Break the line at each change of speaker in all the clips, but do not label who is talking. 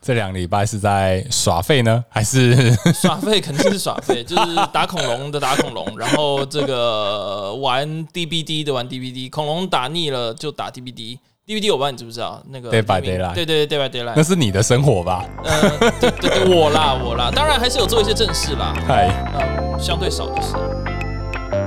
这两个礼拜是在耍废呢， 还 是
耍废肯定是耍废， 就是打恐龙的打恐龙，然后这个玩 DBD 的玩 DBD，恐龙打腻了就打 DBD。DVD 我不知道你知不知道那个
Day by
黎明
Daylight
对对对 Day by Daylight，
那是你的生活吧？
呃，对对对，我啦我啦，当然还是有做一些正事啦，
嗨，
呃，相对少就是。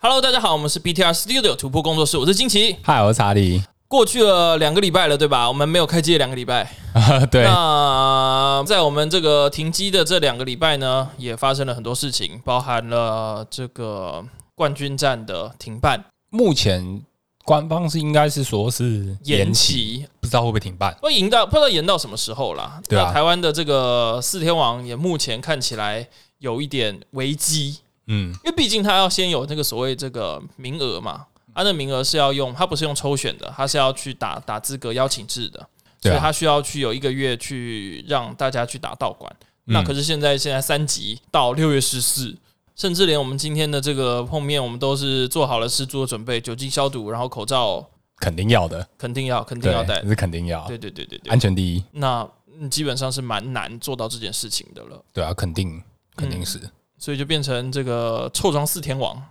Hello，大家好，我们是 BTR Studio 突破工作室，我是金奇。
嗨，我是查理。
过去了两个礼拜了，对吧？我们没有开机的两个礼拜。
对，
那在我们这个停机的这两个礼拜呢，也发生了很多事情，包含了这个冠军战的停办、
目前官方是应该是说是
延
延期，
期，
不知道会不会停办。
不延到不知道延到什么时候啦。
对啊
那台湾的这个四天王也目前看起来有一点危机，
嗯，
因为毕竟他要先有那个所谓这个名额嘛，
嗯
他的名额是要用，他不是用抽选的，他是要去打打资格邀请制的，
对
所
啊
以他需要去有一个月去让大家去打道馆。
嗯
那可是现在现在三级到六月十四，甚至连我们今天的这个碰面，我们都是做好了十足的准备，酒精消毒，然后口罩
肯定要的，
肯定要肯定
对
要戴，，
这是肯定要，
对对对对对
安。全第一。
那嗯基本上是蛮难做到这件事情的了，
对啊，肯定肯定是。
所以就变成这个臭装四天 王。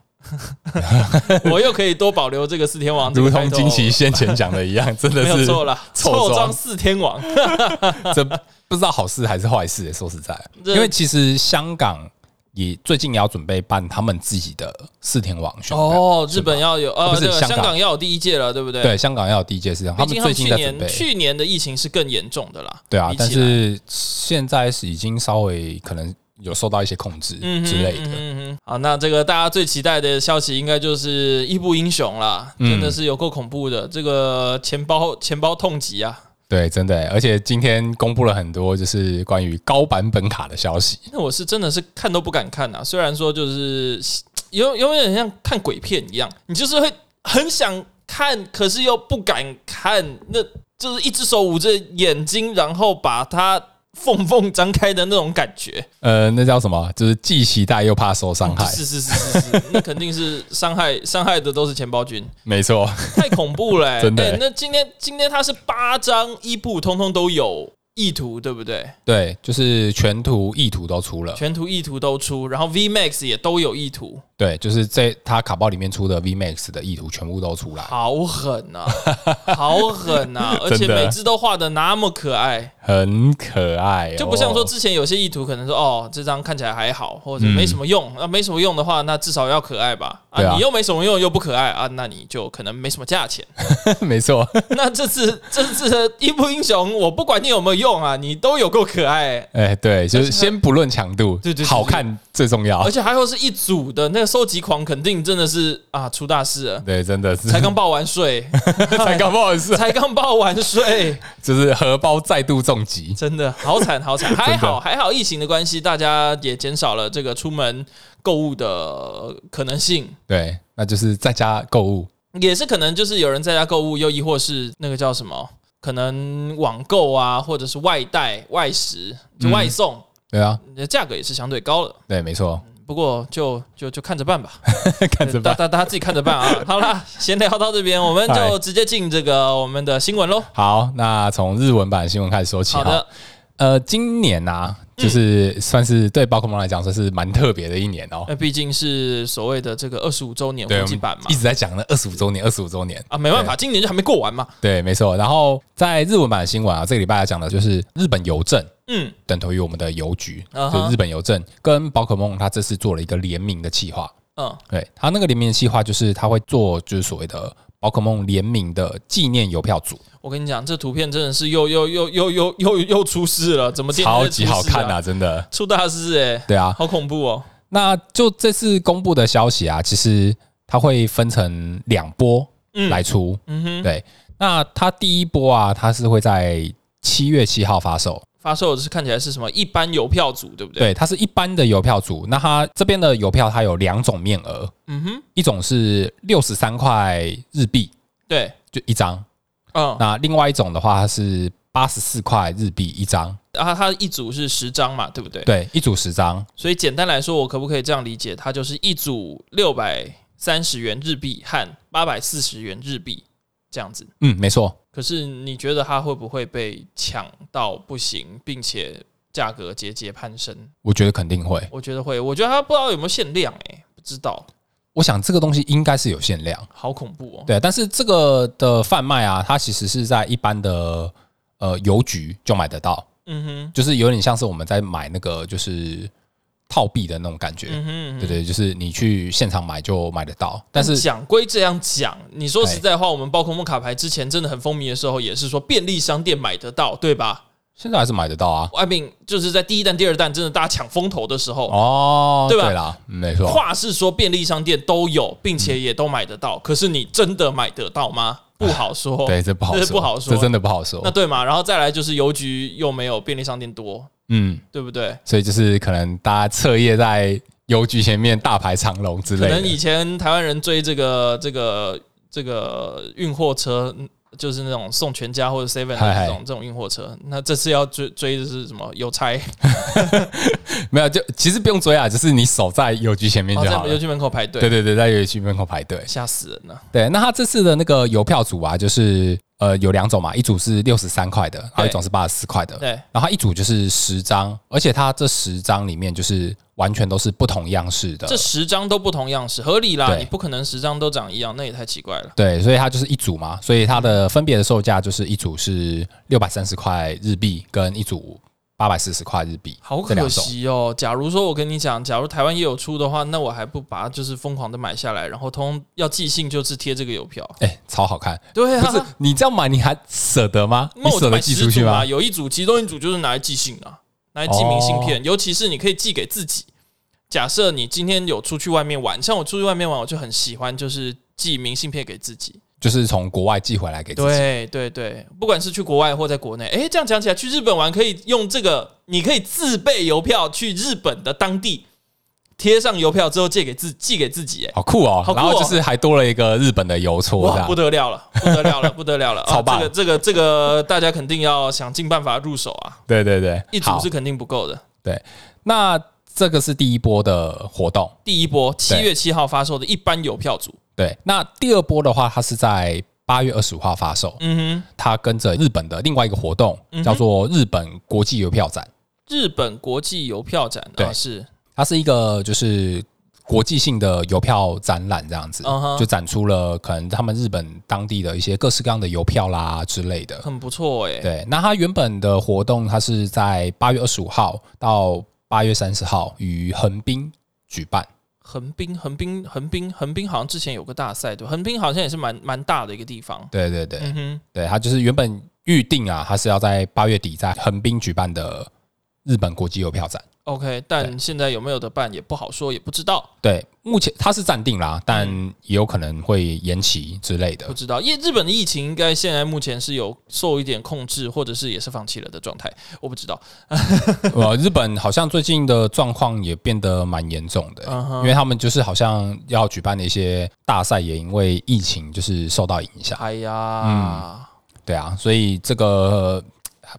我又可以多保留这个四天王这个
如
title，
同金奇先前讲的一样，真的
没有
是
错了，
臭
臭
装
装四天王。
这不知道好事还是坏事、说实在，
这
因为其实香港也最近也要准备办他们自己的四天王选办。
哦，日本要有
啊
呃，
不是
对
香港
香港要有第一届了，对不对？
对，香港要有第一届市场，
毕
他
竟
们最
他们
近
去
在准
年
备。
去年的疫情是更严重的啦。
对啊
比，起
但
来
是现在是已经稍微可能有受到一些控制
嗯哼
之类
嗯哼
的。
嗯哼好，那这个大家最期待的消息应该就是《一部英雄》啦，
嗯
真的是有够恐怖的，这个钱包钱包痛击啊！
对，真的欸，而且今天公布了很多就是关于高版本卡的消息。
那我是真的是看都不敢看啊，虽然说就是有有点像看鬼片一样，你就是会很想看，可是又不敢看，那就是一只手捂着眼睛，然后把它缝缝张开的那种感觉。
呃，那叫什么？就是既期待又怕受伤害。
哦是是是是是，那肯定是伤害伤害的都是钱包君，
没错，
太恐怖了、欸。
真的
欸那今天今天他是八张伊布，通通都有意图，对不对？
对，就是全图意图都出了。
全图意图都出，然后 V Max 也都有意图，
对，就是这它卡包里面出的 V Max 的意图全部都出来。
好狠啊， 好狠啊！而且
真的哎
每只都画的那么可爱，
很可爱、哦，
就不像说之前有些意图可能说哦，这张看起来还好，或者没什么用。那、没什么用的话，那至少要可爱
嗯
吧？
对啊
你又没什么用，又不可爱啊，那你就可能没什么价钱。
没错，
那这次这次的一部英雄，我不管你有没有用啊，你都有够可爱欸、
哎、对，就是先不论强度，
对对对
好看最重要
而。且还会是一组的那个收集狂，肯定真的是啊出大事 了，
对，真的是
才刚报完税，
才刚不好意思，
才刚报完税，
就是荷包再度重击。
真的好惨 好惨，还好还好疫情的关系，大家也减少了这个出门购物的可能性。
对，那就是在家购物。
也是可能就是有人在家购物，又亦或是那个叫什么，可能网购啊，或者是外带、外食、就外送，
对啊，
呃价格也是相对高的。
对，没错，
不过就就就看着办吧，
看着
大
办。
大大家自己看着 办啊。好啦，闲聊到这边，我们就
嗨
直接进这个我们的新闻喽。
好，那从日文版的新闻开始说起。
好的，，嗯
呃，今年啊，就是算是对宝可梦来讲，算是蛮特别的一年哦。
那毕竟是所谓的这个二十五周年
对，
呃国
我
际
们
版嘛
一，直在讲那二十五周年，二十五周年。
啊，没办法，今年就还没过完嘛。
对，没错。然后在日文版的新闻啊，这个礼拜要讲的就是日本邮政。
嗯，
等同于我们的邮局，
啊哈
就是日本邮政跟宝可梦，它这次做了一个联名的企划。
嗯，
对，它那个联名的企划就是它会做就是所谓的宝可梦联名的纪念邮票组，
我跟你讲，这图片真的是又又又又又又又出事了，怎么电视
超级
出事
好看
啊，
啊，真的。
出大事哎，
对啊，
好恐怖哦。
那就这次公布的消息啊，其实它会分成两波
嗯
来出。
嗯哼，
对，那它第一波啊，它是会在七月七号发售，
发售的是看起来是什么一般邮票组，对不对？
对，它是一般的邮票组。那它这边的邮票它有两种面额，
嗯哼，
一种是六十三块日币，
对，
就一张。
嗯
那另外一种的话它是八十四块日币一张，
然后啊它一组是十张嘛，对不对？
对，一组十张，
所以简单来说，我可不可以这样理解？它就是一组六百三十元日币和八百四十元日币这样子。
嗯，没错，
可是你觉得它会不会被抢到不行，并且价格节节攀升？
我觉得肯定会。
我觉得会，我觉得它不知道有没有限量、欸，哎，不知道，
我想这个东西应该是有限量，
好恐怖哦。
对，但是这个的贩卖啊，它其实是在一般的呃邮局就买得到，
嗯哼，
就是有点像是我们在买那个就是套币的那种感觉。
嗯哼嗯哼
对对，就是你去现场买就买得到，但是
讲归这样讲，你说实在话，我们包括梦卡牌之前真的很风靡的时候，也是说便利商店买得到，对吧？
现在还是买得到啊。
外面就是在第一弹、第二弹真的大家抢风头的时候，
哦，
对吧
啦，嗯没错，
话是说便利商店都有，并且也都买得到，可是你真的买得到吗？不好说，
嗯对，这不好
这
说，
是不好说
这真的不好说
那。对嘛？然后再来就是邮局又没有便利商店多，
嗯，
对不对？
所以就是可能大家彻夜在邮局前面大排长龙之
可
类
能
的。
以前台湾人追这个这个这个运货车，嗯就是那种送全家或者 seven
嗨
这
嗨
种这种运货车。那这次要追追的是什么？邮差，
没有，就其实不用追啊，只是你守在邮局前面
然后
就好
哦在邮
了。
局门口排
对
队，
对对，在邮局门口排队。
吓死人了。
对，那他这次的那个邮票组啊，就是呃有两种嘛，一组是六十三块的，还有一种是八十四块的。
对，
然后它一组就是十张，而且它这十张里面就是完全都是不同样式的
这。十张都不同样式，合理啦。
对
你不可能十张都长一样，那也太奇怪了。
对，所以它就是一组嘛，所以它的分别的售价就是一组是六百三十块日币，跟一组八百四十块日币，
好
这
可
两种。
惜哦！假如说我跟你讲，假如台湾也有出的话，那我还不把它就是疯狂的买下来，然后通要寄信就是贴这个邮票。
哎、超好看！
对
不是
啊，
你这样买，你还舍得吗？
那
你
我就
舍得
买
寄
十
出去
组
吗
嘛，？有一组，其中一组就是拿来寄信啊，拿来寄明信
哦
片，尤其是你可以寄给自己。假设你今天有出去外面玩，像我出去外面玩，我就很喜欢就是寄明信片给自己。
就是从国外寄回来给自己。
对对对，不管是去国外或在国内，诶，这样讲起来，去日本玩可以用这个，你可以自备邮票去日本的当地，贴上邮票之后借给自寄给自己，诶，
好酷哦！
好酷哦
然后就是还多了一个日本的邮戳，这
哇，
样
不得了了，不得了了，不得了了，
超棒
啊！这个这个这个，大家肯定要想尽办法入手啊，
对对对，
一组
好
是肯定不够的。
那这个是第一波的活动，
第一波七
对
月七号发售的一般邮票组，
对。那第二波的话，它是在八月二十五号发售，
嗯哼，
它跟着日本的另外一个活动
嗯哼
叫做日本国际邮票展，
日本国际邮票展啊
对
是，
它是一个就是。国际性的邮票展览这样子
嗯哼
就展出了可能他们日本当地的一些各式各样的邮票啦之类的。
很不错哎，
对，那它原本的活动，它是在八月二十五号到八月三十号于横滨举办。
横滨横滨横滨横滨好像之前有个大赛对吧，横滨好像也是蛮蛮大的一个地方，
对对对，
嗯哼，
对，它就是原本预定啊，它是要在八月底在横滨举办的日本国际邮票展。
OK，但现在有没有得办也不好说，也不知道，
对，目前它是暂定啦，但也有可能会延期之类的
不。知道。因为日本的疫情应该现在目前是有受一点控制，或者是也是放弃了的状态，我不知道。
呃，日本好像最近的状况也变得蛮严重的、
嗯哼
因为他们就是好像要举办的一些大赛，也因为疫情就是受到影响。
哎呀，嗯
对啊，所以这个、呃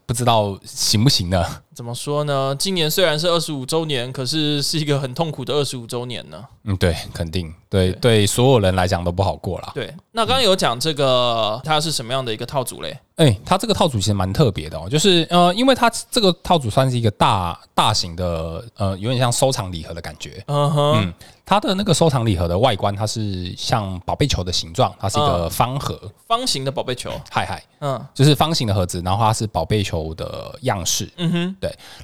不知道行不行呢？
怎么说呢？今年虽然是二十五周年，可是是一个很痛苦的二十五周年呢。
嗯，对，肯定，对对，所有人来讲都不好过啦。
对，那刚刚有讲这个它是什么样的一个套组嘞？
哎、它这个套组其实蛮特别的哦，就是呃，因为它这个套组算是一个大大型的呃，有点像收藏礼盒的感觉。
嗯哼，
它的那个收藏礼盒的外观，它是像宝贝球的形状，它是一个方盒，
方形的宝贝球，
嗨嗨，
嗯
就是方形的盒子，然后它是宝贝球的样式，
嗯哼，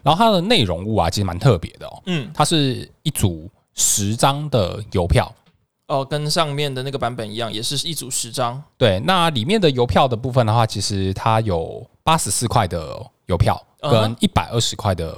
然后它的内容物啊，其实蛮特别的哦，
嗯，
它是一组十张的邮票，
哦，跟上面的那个版本一样，也是一组十张，
对，那里面的邮票的部分的话，其实它有八十四块的邮票
嗯
跟一百二十块的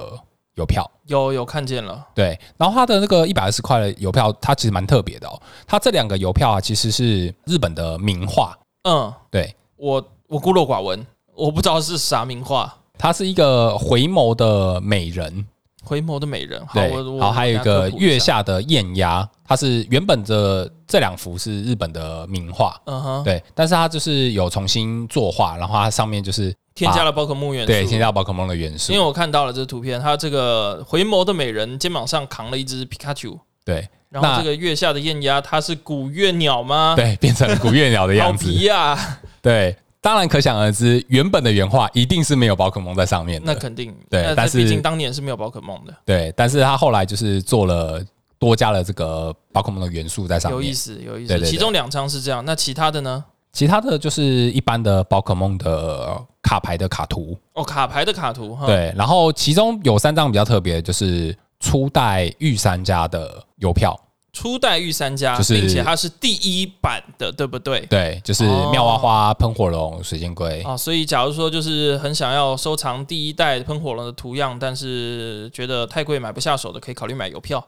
邮票。
有有看见了，
对，然后它的那个一百二十块的邮票，它其实蛮特别的哦。它这两个邮票啊，其实是日本的名画，
嗯，
对，
我我孤陋寡闻，我不知道是啥名画。
它是一个回眸的美人，
回眸的美人，好，
对，
我我
然后还有一个月，
我等下科普
下的艳鸭，它是原本的这两幅是日本的名画，
下嗯哼，
对，但是它就是有重新作画，然后它上面就是
添加了宝可梦元素，
对，添加宝可梦的元素
因为。我看到了这图片，它这个回眸的美人肩膀上扛了一只皮卡丘，
对，
然后
那
这个月下的艳鸭，它是古月鸟 吗？，
对，变成了古月鸟的
好
样子。
皮呀、
对，当然可想而知，原本的原画一定是没有宝可梦在上面
那
的。
肯定。
对
那
但是
毕竟当年是没有宝可梦的，
对，但是他后来就是做了多加了这个宝可梦的元素在上
有意
面。
思，有意
对
思。
对对
其中两张是这样，那其他的呢？
其他的就是一般的宝可梦的卡牌的卡图，
哦，卡牌的卡图哈，
对，然后其中有三张比较特别，就是初代御三家的邮票，
初代御三家，
就是
并且它是第一版的，对不对？
对，就是
哦
妙蛙花、喷火龙、水晶龟，
哦，所以假如说就是很想要收藏第一代喷火龙的图样，但是觉得太贵买不下手的，可以考虑买 邮票。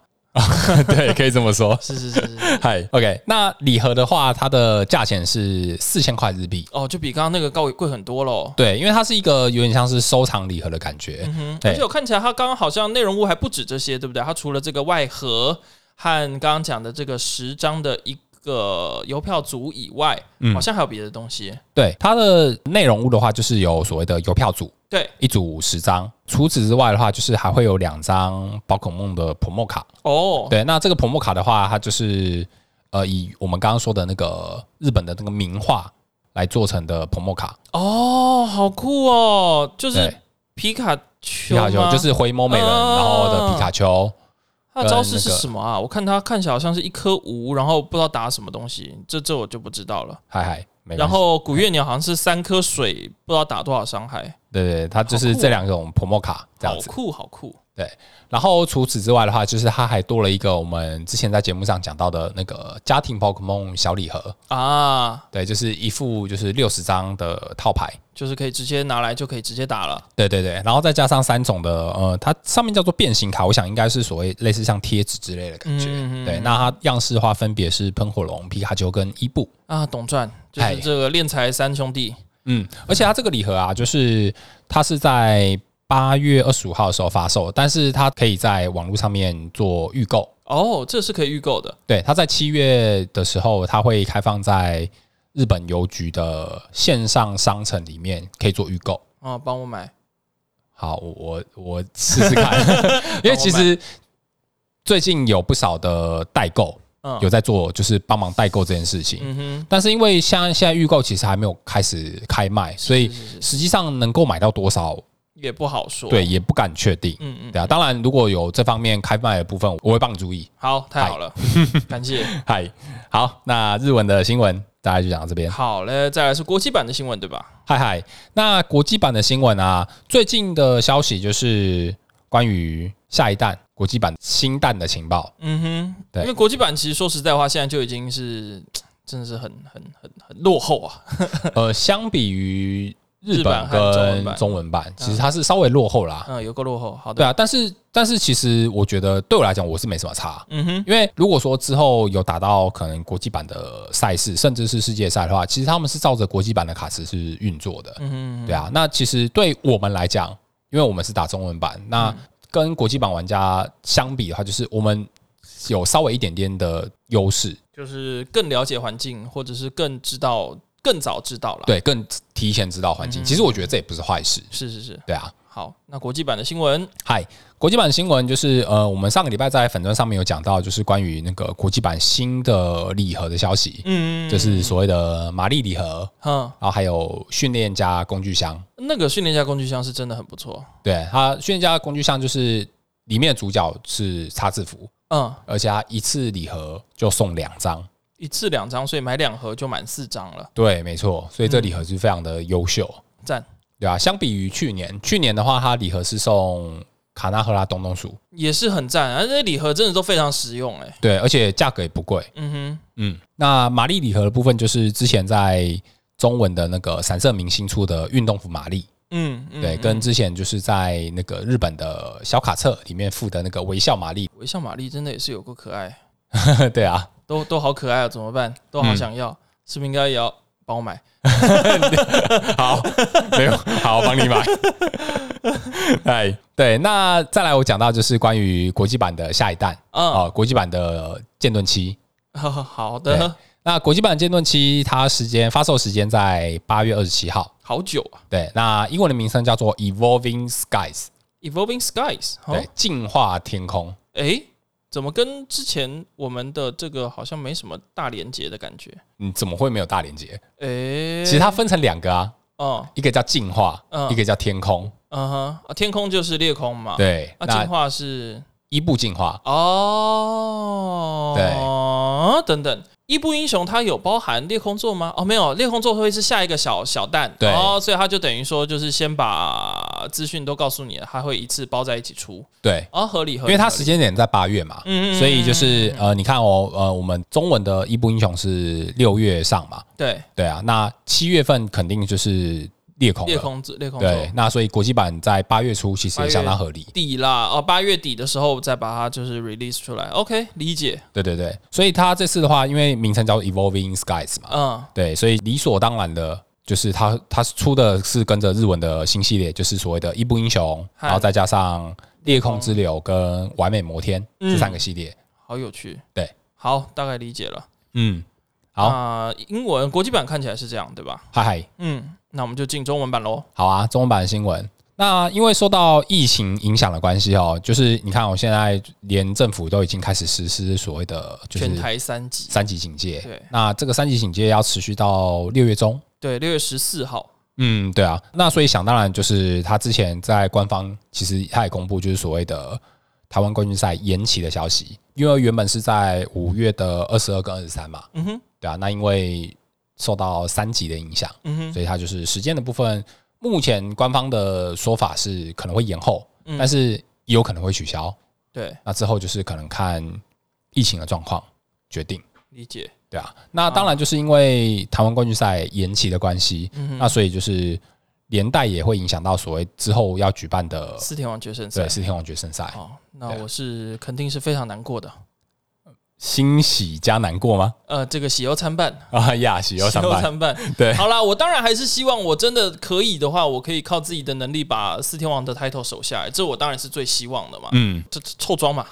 对，可以这么 说。
是是是是是，
嗨，OK，那礼盒的话，它的价钱是四千块日币，
哦，就比刚刚那个高贵很多喽。
对，因为它是一个有点像是收藏礼盒的感觉。
嗯哼，
对
而且我看起来它刚刚好像内容物还不止这些，对不对？它除了这个外盒和刚刚讲的这个十张的一个邮票组以外，
嗯
好像还有别的东西。
对，它的内容物的话，就是有所谓的邮票组，
对，
一组十张。除此之外的话，就是还会有两张宝可梦的 promo 卡。
哦，
对，那这个 promo 卡的话，它就是呃以我们刚刚说的那个日本的那个名画来做成的 promo 卡，
哦，好酷哦，就是
对，
皮卡
皮
丘
卡丘
吗
就是呃回眸美人，
啊
然后的皮卡丘。
它的招式
跟
是
那个
什么啊？我看它看起来好像是一颗无，然后不知道打什么东西，这这我就不知道了。
嗨嗨，没关系
然后古月鸟好像是三颗水，不知道打多少伤害，
对对，对它就是
好酷哦
这两种 promo 卡这样
好
子。
酷好酷
然后除此之外的话，就是它还多了一个我们之前在节目上讲到的那个家庭宝可梦小礼盒，
啊！
对，就是一副就是六十张的套牌，
就是可以直接拿来就可以直接打了。
对对对，然后再加上三种的呃，它上面叫做变形卡，我想应该是所谓类似像贴纸之类的感觉。
嗯嗯嗯
对，那它样式化分别是喷火龙、皮卡丘跟伊布。
啊，懂赚就
嗨
是这个练财三兄弟
嗯，而且它这个礼盒啊，就是它是在八月二十五号的时候发售，但是它可以在网络上面做预购。
哦，这是可以预购的
对，它在七月的时候，它会开放在日本邮局的线上商城里面可以做预购。
啊，帮我买
好，我我我试试 看，因为其实最近有不少的代购
嗯
有在做，就是帮忙代购这件事情。
嗯哼，
但是因为像现在预购其实还没有开始开卖，所以
是是是
实际上能够买到多少，
也不好说。
对，，也不敢确定。
嗯嗯，
对啊，当然如果有这方面开卖的部分，我会帮你注意。
好，太好了，
哎
感谢。
嗨，好，那日文的新闻大概就讲到这边。
好嘞，再来是国际版的新闻对吧？
嗨嗨，那国际版的新闻啊，最近的消息就是关于下一弹国际版新弹的情 报。
嗯哼，
对
因为国际版其实说实在话，现在就已经是真的是很很很很落后啊。
呃，相比于日
日版
本
和中文
跟
版
中文版，其实它是稍微落后啦。
嗯，有够落后。好的，
对啊，但是但是其实我觉得对我来讲，我是没什么差。
嗯哼，
因为如果说之后有打到可能国际版的赛事，甚至是世界赛的话，其实他们是照着国际版的卡池是运作的，
嗯哼，
对啊。那其实对我们来讲，因为我们是打中文版，那
嗯
跟国际版玩家相比的话，就是我们有稍微一点点的优势，
就是更了解环境，或者是更知道更早知道了。，
对，更提前知道环
嗯
境。其实我觉得这也不是坏事，
是是是。
对啊。
好，那国际版的新闻，
嗨，国际版新闻就是呃，我们上个礼拜在粉砖上面有讲到，就是关于那个国际版新的礼盒的消息，
嗯，
就是所谓的玛丽礼盒，
嗯，
然后还有训练家工具箱。
那个训练家工具箱是真的很不错。
对，它训练家工具箱就是里面的主角是擦字符，
嗯，
而且它一次礼盒就送两张。
一次两张，所以买两盒就满四张了。
对，没错，所以这礼盒是非常的优秀，
赞，
对啊，相比于去年，去年的话，它礼盒是送卡纳赫拉东东鼠，
也是很赞啊！这礼盒真的都非常实用哎、
对，而且价格也不贵。
嗯
嗯，那玛丽礼盒的部分就是之前在中文的那个散射明星出的运动服玛丽，
哼，嗯，嗯
对，
嗯
跟之前就是在那个日本的小卡册里面附的那个微笑玛丽，
微笑玛丽真的也是有够可爱，
对啊，
都都好可爱啊！怎么办？都好想
嗯
要，是不是应该也要帮我买？
好，没有，好，我帮你买。 哎，对，那再来我讲到就是关于国际版的下一弹
嗯，
啊、国际版的剑盾七，
好的，
那国际版剑盾七，它时间发售时间在八月二十七号。
好久啊
对，那英文的名称叫做 Evolving Skies，
，Evolving Skies，哦
对，进化天空。
诶，怎么跟之前我们的这个好像没什么大连接的感觉？
你怎么会没有大连接？
诶，
其实它分成两个啊，
哦，
一个叫进化，
嗯
一个叫天空。
嗯哼，啊，天空就是裂空嘛，，
对，
啊，
那
进化是
一步进化，
哦，
对
对，等等。伊布英雄它有包含裂空座吗？哦，没有，裂空座会是下一个小小蛋，
对
哦，所以它就等于说就是先把资讯都告诉你了，它会一次包在一起出，
对，
哦，合理合
因
理，
为它
合
时
理
间点在八月嘛，
嗯嗯嗯
所以就是呃，你看哦，呃，我们中文的一步英雄是六月上嘛，
嗯对
对啊，那七月份肯定就是裂空
裂
了，
空座裂空座
对，那所以国际版在八月初其实也相当合理，
底啦，哦，八月底的时候再把它就是 release 出来，OK，理解，
对对对，所以它这次的话，因为名称叫 Evolving Skies 嘛，
嗯，
对，所以理所当然的。就是它，它出的是跟着日文的新系列，就是所谓的《一步英雄》，
嗨
然后再加上《裂空之流》跟《完美摩天》这
嗯
三个系列。
好有趣，
对，
好，大概理解了。
嗯，好，
那英文国际版看起来是这样，对吧？
嗨嗨，
嗯，那我们就进中文版喽。
好啊，中文版的新闻。那因为受到疫情影响的关系哦，就是你看，我现在连政府都已经开始实施所谓的就是
全台三集，
三级警戒。
对
那这个三级警戒要持续到六月中。
对，六月十四号，
嗯，对啊。那所以想当然就是他之前在官方其实他也公布就是所谓的台湾冠军赛延期的消息，因为原本是在五月的二十二跟二十三嘛，
嗯哼，
对啊。那因为受到三级的影响，
嗯哼，
所以它就是时间的部分，目前官方的说法是可能会延后，
嗯
但是也有可能会取消。
对，
那之后就是可能看疫情的状况决定，
理解，
对啊。那当然就是因为台湾冠军赛延期的关系，
嗯
那
哼，
所以就是连带也会影响到所谓之后要举办的
四天王决胜赛
对，四天王决胜赛，
哦，那
对啊
我是肯定是非常难过的。
欣喜加难过吗？
呃，这个喜忧参半，
啊呀，喜忧
喜
参
忧
半，
参半。
对
好啦，我当然还是希望，我真的可以的话，我可以靠自己的能力把四天王的 title 守下来，这我当然是最希望的嘛。
嗯。
这这臭装嘛，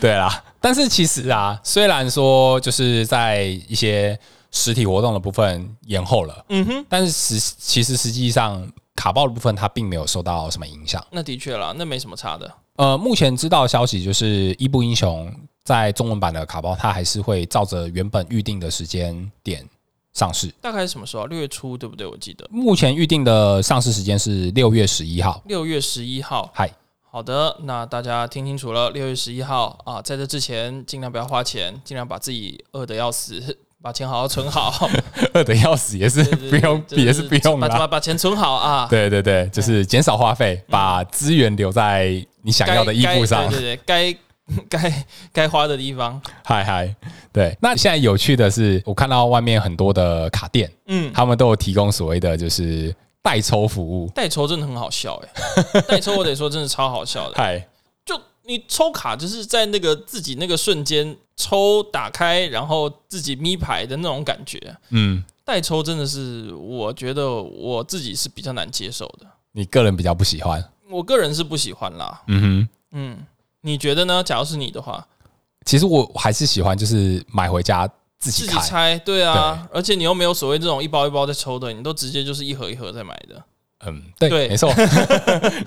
对啦，但是其实啊，虽然说就是在一些实体活动的部分延后了，
嗯哼，
但是实其实实际上卡爆的部分它并没有受到什么影响。
那的确啦，那没什么差的。
呃，目前知道的消息就是《伊布英雄》在中文版的卡包，它还是会照着原本预定的时间点上市。
大概是什么时候啊？六月初对不对？我记得
目前预定的上市时间是六月十一 号。
六月十一号。
嗨，
好的，那大家听清楚了，六月十一号啊，在这之前尽量不要花钱，尽量把自己饿得要死， 把钱好好存好，
饿的要死，也是 不用，
就
也是不用
把把
啦。
把钱存好啊。
对对对，就是减少花费，把资源留在你想
该，
要的衣服上
该。对对对，该该该花的地方，
嗨嗨，对。那现在有趣的是，我看到外面很多的卡店，
嗯，
他们都有提供所谓的就是代抽服务。
代抽真的很好笑哎、 代抽我得说真的超好笑的。
嗨，
就你抽卡，就是在那个自己那个瞬间抽打开，然后自己咪牌的那种感觉。
嗯，
代抽真的是，我觉得我自己是比较难接受的，
你个人比较不喜欢？
我个人是不喜欢啦。
嗯哼，
嗯，你觉得呢？假如是你的话，
其实我还是喜欢，就是买回家自己
自己
开。
拆，对啊，而且你又没有所谓这种一包一包在抽的，你都直接就是一盒一盒在买的，
嗯，对，
对
没错。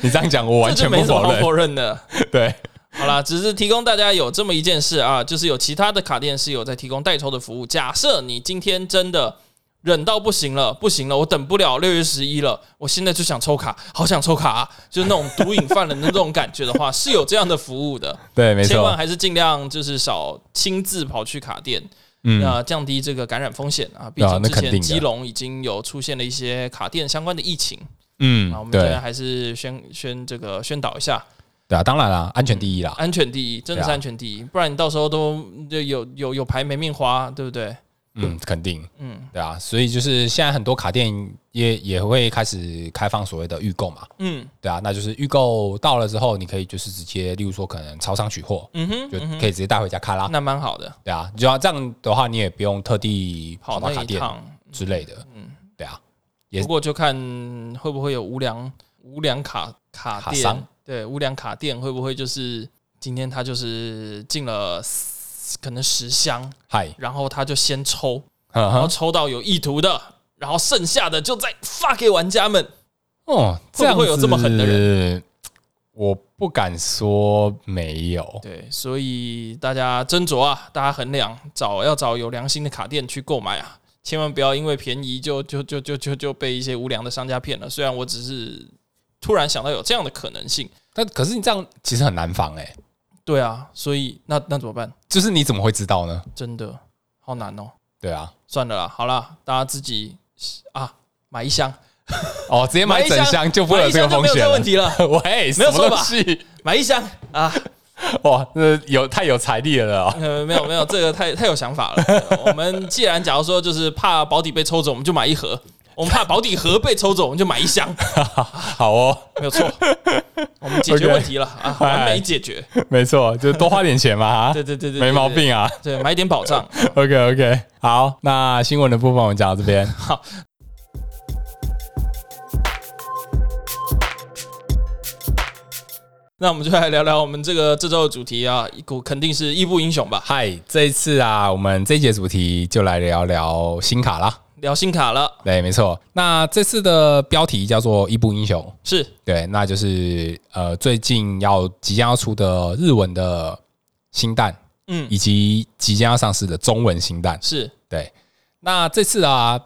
你这样讲，我完全
这就
不
没什么
否
好
认。
否认的。
对，
好啦，只是提供大家有这么一件事啊，就是有其他的卡店是有在提供代抽的服务。假设你今天真的忍到不行了，不行了，我等不了六月十一了，我现在就想抽卡，好想抽卡、啊，就是那种毒瘾犯人的那种感觉的话，是有这样的服务的。
对，没
千万
错。
还是尽量就是少亲自跑去卡店，
嗯，
那、降低这个感染风险啊。毕
啊
竟
那
之
肯定
前
的
基隆已经有出现了一些卡店相关的疫情，那、我
嗯，
们这边
对，
还是宣宣这个宣导一下。
对啊，当然啦，安全第一啦。
安全第一，真的是
对啊
安全第一，不然你到时候都就有有有牌没命花，对不对？
嗯，肯定。
嗯
对啊，所以就是现在很多卡店也也会开始开放所谓的预购嘛。
嗯
对啊，那就是预购到了之后，你可以就是直接，例如说可能超商取货，
嗯哼，
就
嗯哼
可以直接带回家开啦。
那蛮好的，
对啊，就要这样的话，你也不用特地跑
跑
到
那
卡
一
店
趟。
之类的。
嗯，
对啊，也
不过就看会不会有无良无良卡卡
卡
店，
商
对无良卡店会不会就是今天他就是进了可能十箱，
嗨，
然后他就先抽，
嗯
然后
哼，
抽到有意图的，然后剩下的就再发给玩家们。
哦，这
会
样
不会有这么狠的
人？我不敢说没有，
对，所以大家斟酌啊，大家衡量，找要找有良心的卡店去购买啊，千万不要因为便宜就就就就就就被一些无良的商家骗了。虽然我只是突然想到有这样的可能性，
但可是你这样其实很难防哎、
对啊，所以那那怎么办？
就是你怎么会知道呢？
真的好难哦。
对啊，
算了啦，好啦，大家自己啊买一箱，
哦，直接买整箱就不会
哎买
有
一
这个风
箱就没有
险
这个
了
问。题了，
喂，
没
什么
有错吧
东西？
买一箱啊，
哇，这有太有财力了 哦。
呃，没有没有，这个太太有想 法了。呃我们既然假如说就是怕保底被抽走，我们就买一盒；我们怕保底盒被抽走，我们就买一箱。
好哦，
没有 错，我们解决
OK
问题了啊，完美解决。
没错，就多花点钱嘛。
对对对对，
没毛。病啊。
对，对买点保障。
OK OK，好，那新闻的部分我们讲到这边。
那我们就来聊聊我们这个这周的主题啊，一股肯定是义布英雄吧，
嗨，这一次啊，我们这一节主题就来聊聊新卡啦。
聊新卡了，
对，没错。那这次的标题叫做《一步英雄》，
是
对，那就是呃最近要即将要出的日文的新蛋，
嗯
以及即将要上市的中文新蛋。
是
对，那这次啊，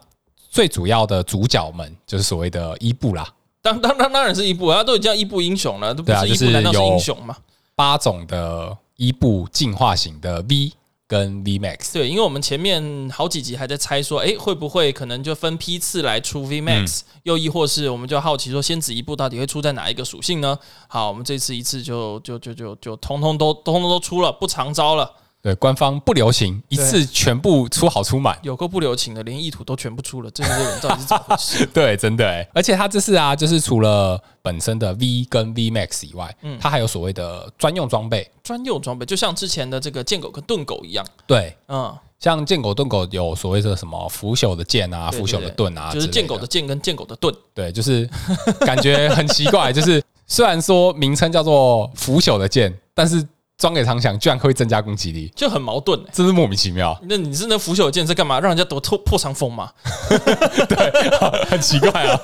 最主要的主角们就是所谓的伊布啦，
当当当当然是一部，他都已经叫一部英雄了，都不
对啊
是一
就是
部，难道是
有
英雄吗？
八种的伊布进化型的 V 跟 V Max。
对，因为我们前面好几集还在猜说，诶，会不会可能就分批次来出 V Max，、又
嗯
亦或是我们就好奇说，仙子一部到底会出在哪一个属性呢？好，我们这次一次就就就就就通通都通通都出了，不长招了，
对，官方不流行一
对
次全部出好出满。
有够不留情的，连意图都全部出了，这些人到底是怎么 回事？
对，真的欸而且它这次啊，就是除了本身的 V 跟 V Max 以外，
嗯
它还有所谓的专用装备。
专用装备就像之前的这个剑狗跟盾狗一样，
对，
嗯，
像剑狗盾狗有所谓的什么腐朽的剑啊、
对
腐朽的盾啊之
就
类，
是剑狗的剑跟剑狗的盾，
对，就是感觉很奇怪，就是虽然说名称叫做腐朽的剑，但是装给长翔居然会增加攻击力，
就很矛盾、欸。，
真是莫名其妙
那你是那腐朽的剑在干嘛？让人家躲破破伤风吗？
很奇怪啊。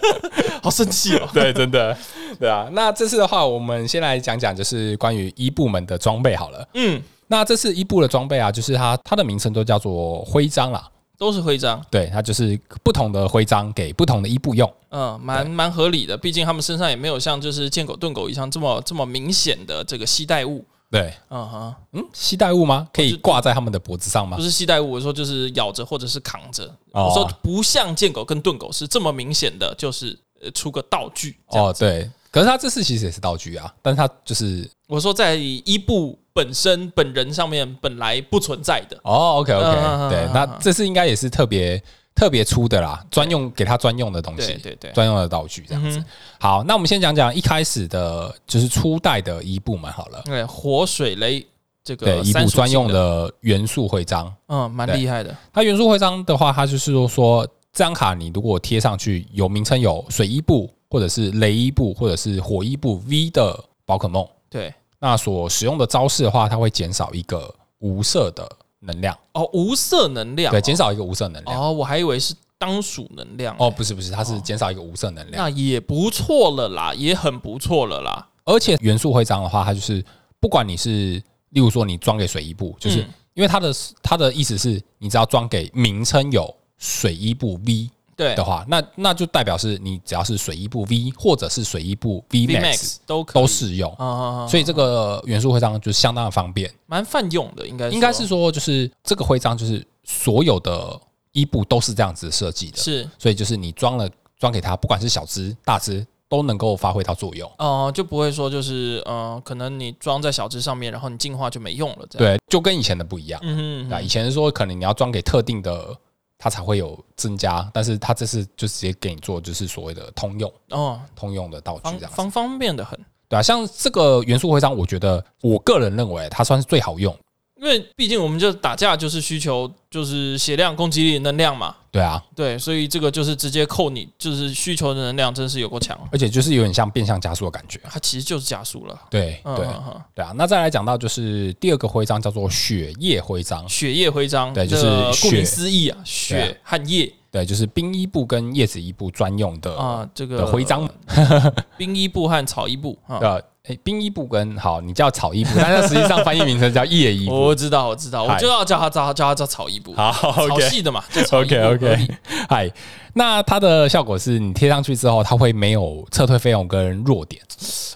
好生气哦！
对，真的，对啊。那这次的话，我们先来讲讲就是关于一部门的装备好了。
嗯，
那这次一部的装备啊，就是它它的名称都叫做徽章啦，
都是徽章。
对，它就是不同的徽章给不同的一部用。
嗯，蛮蛮合理的，毕竟他们身上也没有像就是见狗炖狗一样这么这么明显的这个系带物。
对，
嗯哼，
嗯，系带物吗？可以挂在他们的脖子上吗
不？是系带物，我说就是咬着或者是扛着。
哦
我说不像见狗跟炖狗是这么明显的，就是呃出个道具。哦，
哦，对。可是它这次其实也是道具啊，但是它就是
我说在伊布本身本人上面本来不存在的。
哦，OK OK，、
嗯嗯嗯
对，
嗯
那
嗯
这次应该也是特别特别出的啦，专用给他专用的东
对
西，
对对，
专用的道具这
嗯
样子。
哼，
好，那我们先讲讲一开始的，就是初代的一部门好了，
对火水雷这
对，
个
一部
三属性
专用，的元素徽章。
嗯，蛮
对
厉害的。
它元素徽章的话，它就是说说这张卡你如果贴上去有名称有水一部或者是雷一部或者是火一部 V 的宝可梦，
对，
那所使用的招式的话，它会减少一个无色的能量，
哦，无色能量。
对，减少一个无色能量。
哦，我还以为是当属能量。
哦，不是不是，它是减少一个无色能量，
那也不错了啦，也很不错了啦。
而且元素徽章的话，它就是不管你是，例如说你装给水一部，就是
嗯
因为它的它的意思是，你只要装给名称有水一部 V
对
的话，那那就代表是你只要是水一部 V 或者是水一部 V
，V
Max
Max 都可以
都适用，
啊啊，啊
所以这个元素徽章就相当的方便。
蛮泛用的，应该
应该是说，就是这个徽章就是所有的伊布都是这样子设计的，
是
所以就是你装了装给它，不管是小只大只都能够发挥到作用。
呃，就不会说就是呃，可能你装在小只上面，然后你进化就没用了，这样。
对，就跟以前的不一样。
嗯哼嗯
对啊，以
哼，
前是说可能你要装给特定的，它才会有增加，但是它这次就直接给你做就是所谓的通用
哦，
通用的道具
方
这样子。
方方便的很。
对啊，像这个元素徽章，我觉得我个人认为它算是最好用。
因为毕竟我们就打架就是需求就是血量、攻击力、能量嘛，
对啊，
对，所以这个就是直接扣你，就是需求的能量真是有够强，
而且就是有点像变相加速的感觉。
它其实就是加速了。
对
嗯
对
嗯嗯
对啊，那再来讲到就是第二个徽章叫做雪夜徽章，
嗯血液徽章，
对就是
这个顾名
血
思义啊，
对
血和液
对，就是兵衣部跟叶子衣部专用的
啊，这个
的徽章，
兵衣部和草衣部啊。
呃，诶兵衣部跟好，你叫草衣部，但它实际上翻译名称叫夜衣 部。
我知道，我知道，
嗨
我就要叫他叫他叫他叫草衣部，
哦好
草
，OK
系的嘛，就草衣部
OK
合
OK，
理
嗨，那它的效果是你贴上去之后，它会没有撤退费用跟弱点。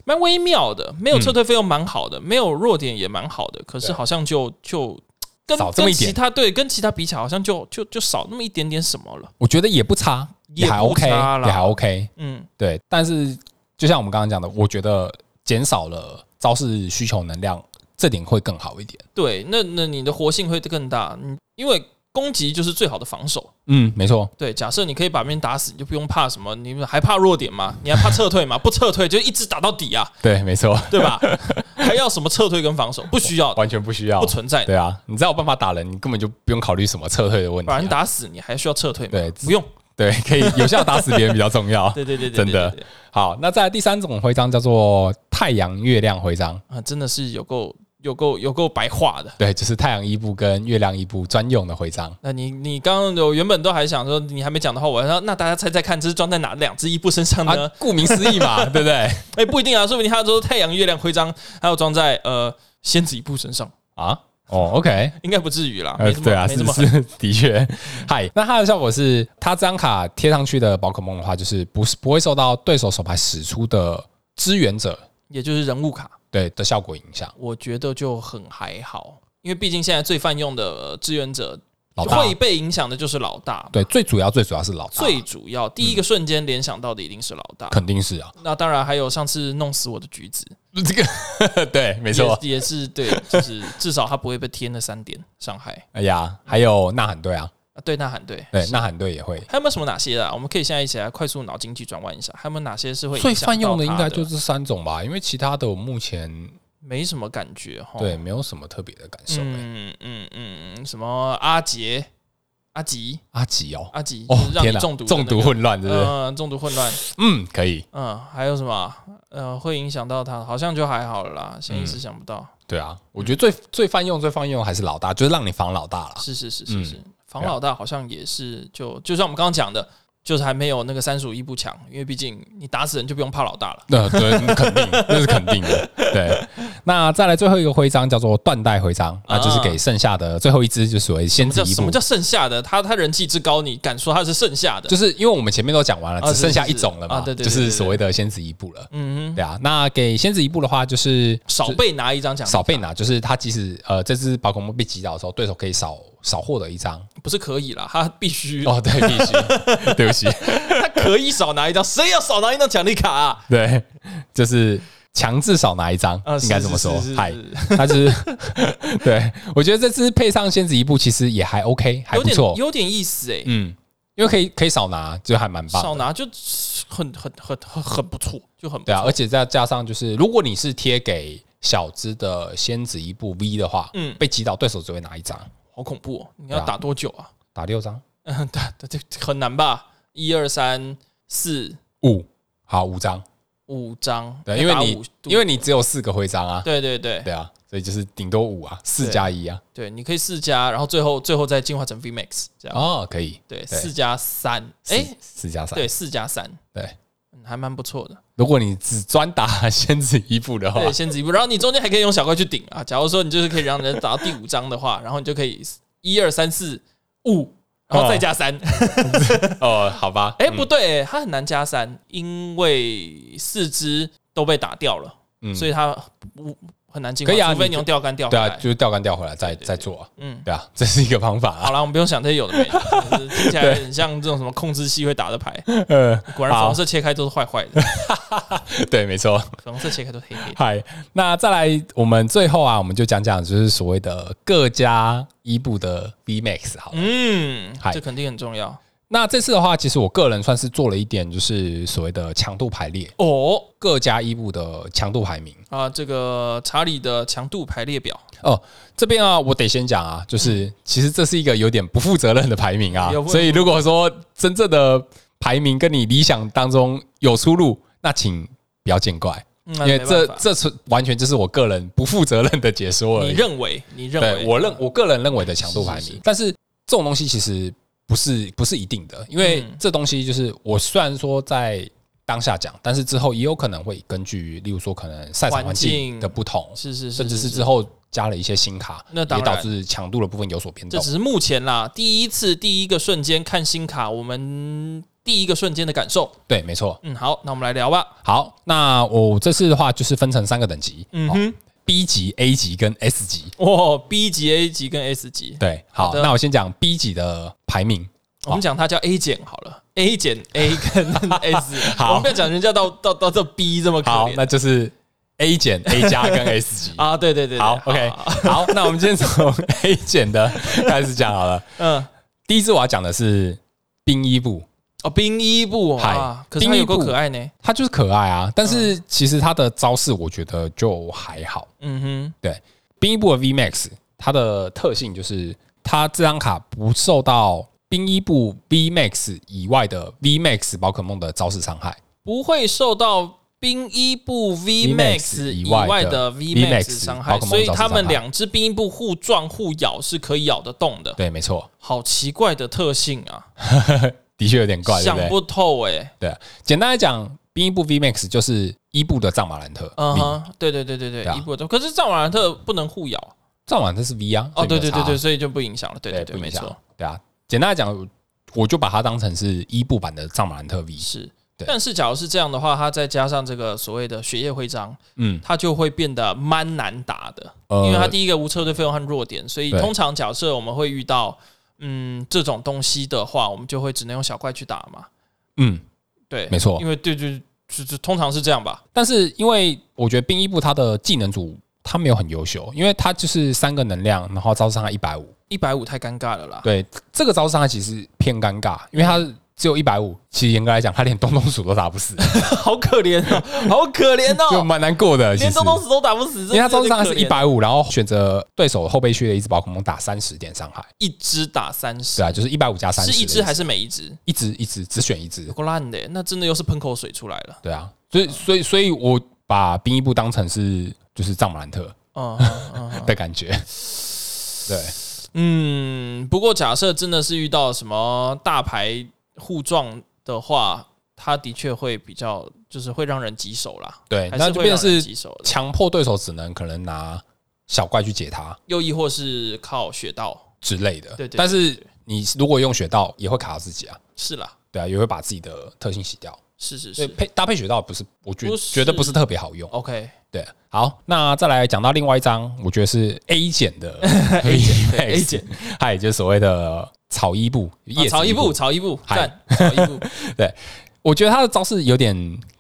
蛮微妙的，没有撤退费用蛮好的，没有弱点也蛮好的，可是
嗯对
好像就就跟
少这么一
跟其
点
他对跟其他比起来，好像就就就少那么一点点什么了。
我觉得也不差，
也
还
不
OK，也
差啦
还 OK。
嗯，
对，但是就像我们刚刚讲的，我觉得减少了招式需求能量，这点会更好一点。
对，那那你的活性会更大，嗯，因为攻击就是最好的防守。
嗯，没错，
对，假设你可以把别人打死，你就不用怕什么，你还怕弱点吗？你还怕撤退吗？不撤退就一直打到底啊，
对，没 错，
对吧？还要什么撤退跟防守？不需要，
完全不需要
不。存在的。
对啊，你只要有办法打人，你根本就不用考虑什么撤退的问题
把人
啊。
打死，你还需要撤退吗？
对
不用。
对，可以有效打死别人比较重要。
对对对对，
真的
对对对
好，那再来第三种徽章叫做太阳月亮徽章，
啊，真的是有够有够有够白话的。
对，就是太阳一部跟月亮一部专用的徽章。
那你你刚刚有原本都还想说你还没讲的话，我还说那大家猜猜看，这是装在哪两只伊布身上
啊
呢？，
顾名思义 嘛，对不对？
哎、不一定啊，说不定他说太阳、月亮徽章，还有装在呃仙子伊布身上，
啊，哦，OK，
应该不至于啦，
呃
没，这么、
对啊，
没这
是
么狠
是， 的确。嗨，那它的效果是，它这张卡贴上去的宝可梦的话，就是不是不会受到对手手牌使出的支援者
也就是人物卡，
对的效果影响。
我觉得就很还好，因为毕竟现在最泛用的呃志愿者
老大
会被影响的就是老大，
对，最主要最主要是老大，
最主要第一个瞬间联想到的一定是老大。
肯定 是啊，
那当然还有上次弄死我的橘子，
这个对，没
也
错。
也是对， 就是至少他不会被贴那三点伤害
哎呀，还有呐喊队啊，
啊。对，呐喊对，
对，呐喊队也会。
还有没有什么哪些啊？我们可以现在一起来快速脑筋去转换一下，还有没有哪些是会
最
影响到
泛用的应该
他
就这三种吧，因为其他的我目前
没什么感觉哈。
对没有什么特别的感受。哎
哦嗯，嗯嗯嗯，什么阿杰、阿吉、
阿吉哦，
阿吉，
哦
啊就是让
天
你
哪，
中毒的那
中
个
毒，混乱，对不对？
嗯，中毒混乱，
嗯，可以，
嗯，还有什么啊？呃，会影响到他，好像就还好了
嗯
啦，现在一时想不到。
对啊，我觉得最最泛用最泛用还是老大，就是让你防老大啦。
是是是
嗯
是是，防老大好像也是就就像我们刚刚讲的，就是还没有那个三十五一步强，因为毕竟你打死人就不用怕老大了。
那、呃对，肯定， 这是肯定的。对，那再来最后一个徽章叫做断代徽章，那就是给剩下的最后一只，就所谓先
什
子
么叫
一
什么
步。
叫剩下的？他他人气之高，你敢说他是剩下的？
就是因为我们前面都讲完了，
啊
只剩下
是是
一
是
种了嘛，
啊对对
就
对对
是
对
所谓的先子一步了。
嗯哼，
对啊，那给先子一步的话，就是
少啊被拿一张奖，
少被拿，就是他即使呃这只宝可梦被击倒的时候，对手可以少少获得一张。
不是可以啦，他必须，
哦，对，必须，对不起，
他可以少拿一张，谁要少拿一张奖励卡啊？
对，就是强制少拿一张
啊，，
应该这么说
是是是。
嗨，
是
它就是对我觉得这次配上仙子一步，其实也还 OK，还
有
不
点
错。
有点意思哎，
嗯，因为可以可以少拿，就还蛮棒
少
的。
拿就很很很很很不错，就很不
对啊，
错
而且再加上就是，如果你是贴给小只的仙子一步 V 的话，
嗯
被击倒对手只会拿一张，
好恐怖哦！你
对
要
啊
打多久啊？
打六张
嗯，对对对，很难吧？一二三四
五，好五张，
五张，
对，
要
因为
打
你
五
因为你只有四个徽章啊，
对对对
对啊，所以就是顶多五啊，四
对
加一啊，
对，你可以四加，然后最后最后再进化成 VMAX 这样，
哦，可以，
对，四加三，
哎
哎，，
四加三，
对，四加三，
对。
嗯还蛮不错的。
如果你只专打 仙子一步的话，
对，先止一步，然后你中间还可以用小怪去顶啊。假如说你就是可以让人打到第五章的话，然后你就可以一二三四五，然后再加三。
哦，好吧，
哎、不对、它很难加三，因为四肢都被打掉了，
嗯
所以它不很难进化。
可以啊
除非
你
你用钓竿钓回
对啊
来。，
就是钓竿钓回来再再做啊，
嗯，
对啊， 这是一个方法
好
啊。
了，我们不用想这些有的没的，就是听起 来很像这种什么控制系会打的牌。
呃，
果然
好
粉红色切开都是坏坏的，
对，没错。
粉红色切开都是黑黑 的。
嗨，那再来，我们最后啊，我们就讲讲就是所谓的各家伊布的 B Max 好了。
嗯
嗨，
这肯定很重要。
那这次的话，其实我个人算是做了一点，就是所谓的强度排列，
哦
各家医部的强度排名。
啊，这个查理的强度排列表
这边啊，我得先讲啊，就是其实这是一个有点不负责任的排名啊
嗯有，不
所以如果说真正的排名跟你理想当中有出入，那请不要见怪，
嗯
因为
没
这
办法
这是完全就是我个人不负责任的解说而
你
已。
认为你认
对
为
我认我个人认为的强度排
是是
名，但是这种东西其实不是不是一定的，因为
嗯
这东西就是我虽然说在当下讲，但是之后也有可能会根据，例如说可能赛场环
环
境
境
的不同，
是是是，
甚至是
是
之后加了一些新卡，
那
也
当
导
然
致强度的部分有所变
这
动。
只是目前啦，第一次第一个瞬间看新卡，我们第一个瞬间的感受。
对，没错。
嗯，好，那我们来聊吧。
好，那我这次的话就是分成三个等级，
嗯
哦
哼，
，B 级、A 级跟 S 级。
哦，B 级、A 级跟 S 级，
对，好，
好的
那我先讲 B 级的排名。
我们讲它叫 A 减好了，A 减 A 跟 S，我们不要讲人家到到到这 B 这么可
好，
怜
那就是 A 减、A 加跟 S 级。
啊！对对对，对
好，OK，好，那我们先从 A 减的开始讲好了。
嗯，
第一次我要讲的是兵衣部，
哦，兵衣部
嗨
啊，可是它有够可爱呢。
它就是可爱啊，但是其实它的招式我觉得就还好。
嗯
兵衣部的 V Max 它的特性就是它这张卡不受到兵衣部 V Max 以外的 V Max 宝可梦的招式伤害。
哼，不会受到兵衣部 V Max 以
以
外
外
的
的
V Max
VMAX
伤
宝
害，
可梦
所以
造成
他们
伤害
两只兵衣部互撞互咬是可以咬得动的。
对，没错，
好奇怪的特性啊，
的确有点怪，对
想
不对？
不透哎。
对，简单来讲，兵衣部 V Max 就是伊布的藏马兰特，
嗯哼，对对对对
对
对，
啊
伊布的，可是藏马兰特不能互咬
藏马兰特是 V 啊。
哦，
所
对
以没有
对对
差啊
对，所以就不影响了，对对
不
对，
影
没
响
错，，
对啊。简单来讲，我就把它当成是伊布版的藏马兰特 V，
是。
对
但是假如是这样的话，它再加上这个所谓的血液徽章，
嗯，
它就会变得蛮难打的。
呃
因为它第一个无车队费用和弱点，所以
对
通常假设我们会遇到嗯这种东西的话，我们就会只能用小怪去打嘛。
嗯，
对，
没错
因为对对，就就通常是这样吧。
但是因为我觉得兵一部他的技能组他没有很优秀，因为他就是三个能量，然后招伤害一百五。
一百五太尴尬了啦。
对，这个招伤害其实偏尴尬，因为他只有一百五，其实严格来讲，他连东东鼠都打不 死，
好可怜哦， 好可怜
就
哦，
蛮难过的。其
连
实
东，东死都打不死，
因为他招伤害
真
是
的
一
有点可怜
百五，然后选择对手后背区的一只宝可梦打三十点伤害，
一只打三十
对，啊，就是一百五加三十，
是一只还是每一只？
一只一只只选一只
有？够烂的耶，那真的又是喷口水出来了。
对啊，所
嗯
以所以所以我把兵一部当成是就是藏马兰特
嗯嗯嗯嗯
的感 觉，对。
嗯，不过假设真的是遇到什么大牌互撞的话，它的确会比较，就是会让人棘手啦。
对，
还
哎那就
会
变
让
成
人
是
棘手的，
强迫对手只能可能拿小怪去解它
又亦或是靠血道，
之类的。
对对对
但是
对对
你如果用雪道，也会卡到自己啊。
是啦，
对啊，也会把自己的特性洗掉。
是是
所以
是
配搭配雪道不是，我觉
不
得
是
觉得不是特别好用。
，OK，
对，好，那再来讲到另外一张，我觉得是 A 减的 A
对 A 减，
它也就是所谓的草衣部
啊
叶
草
子
一
衣
步，
部。
草一步，
嗨
赞，草一步，
我觉得它的招式有点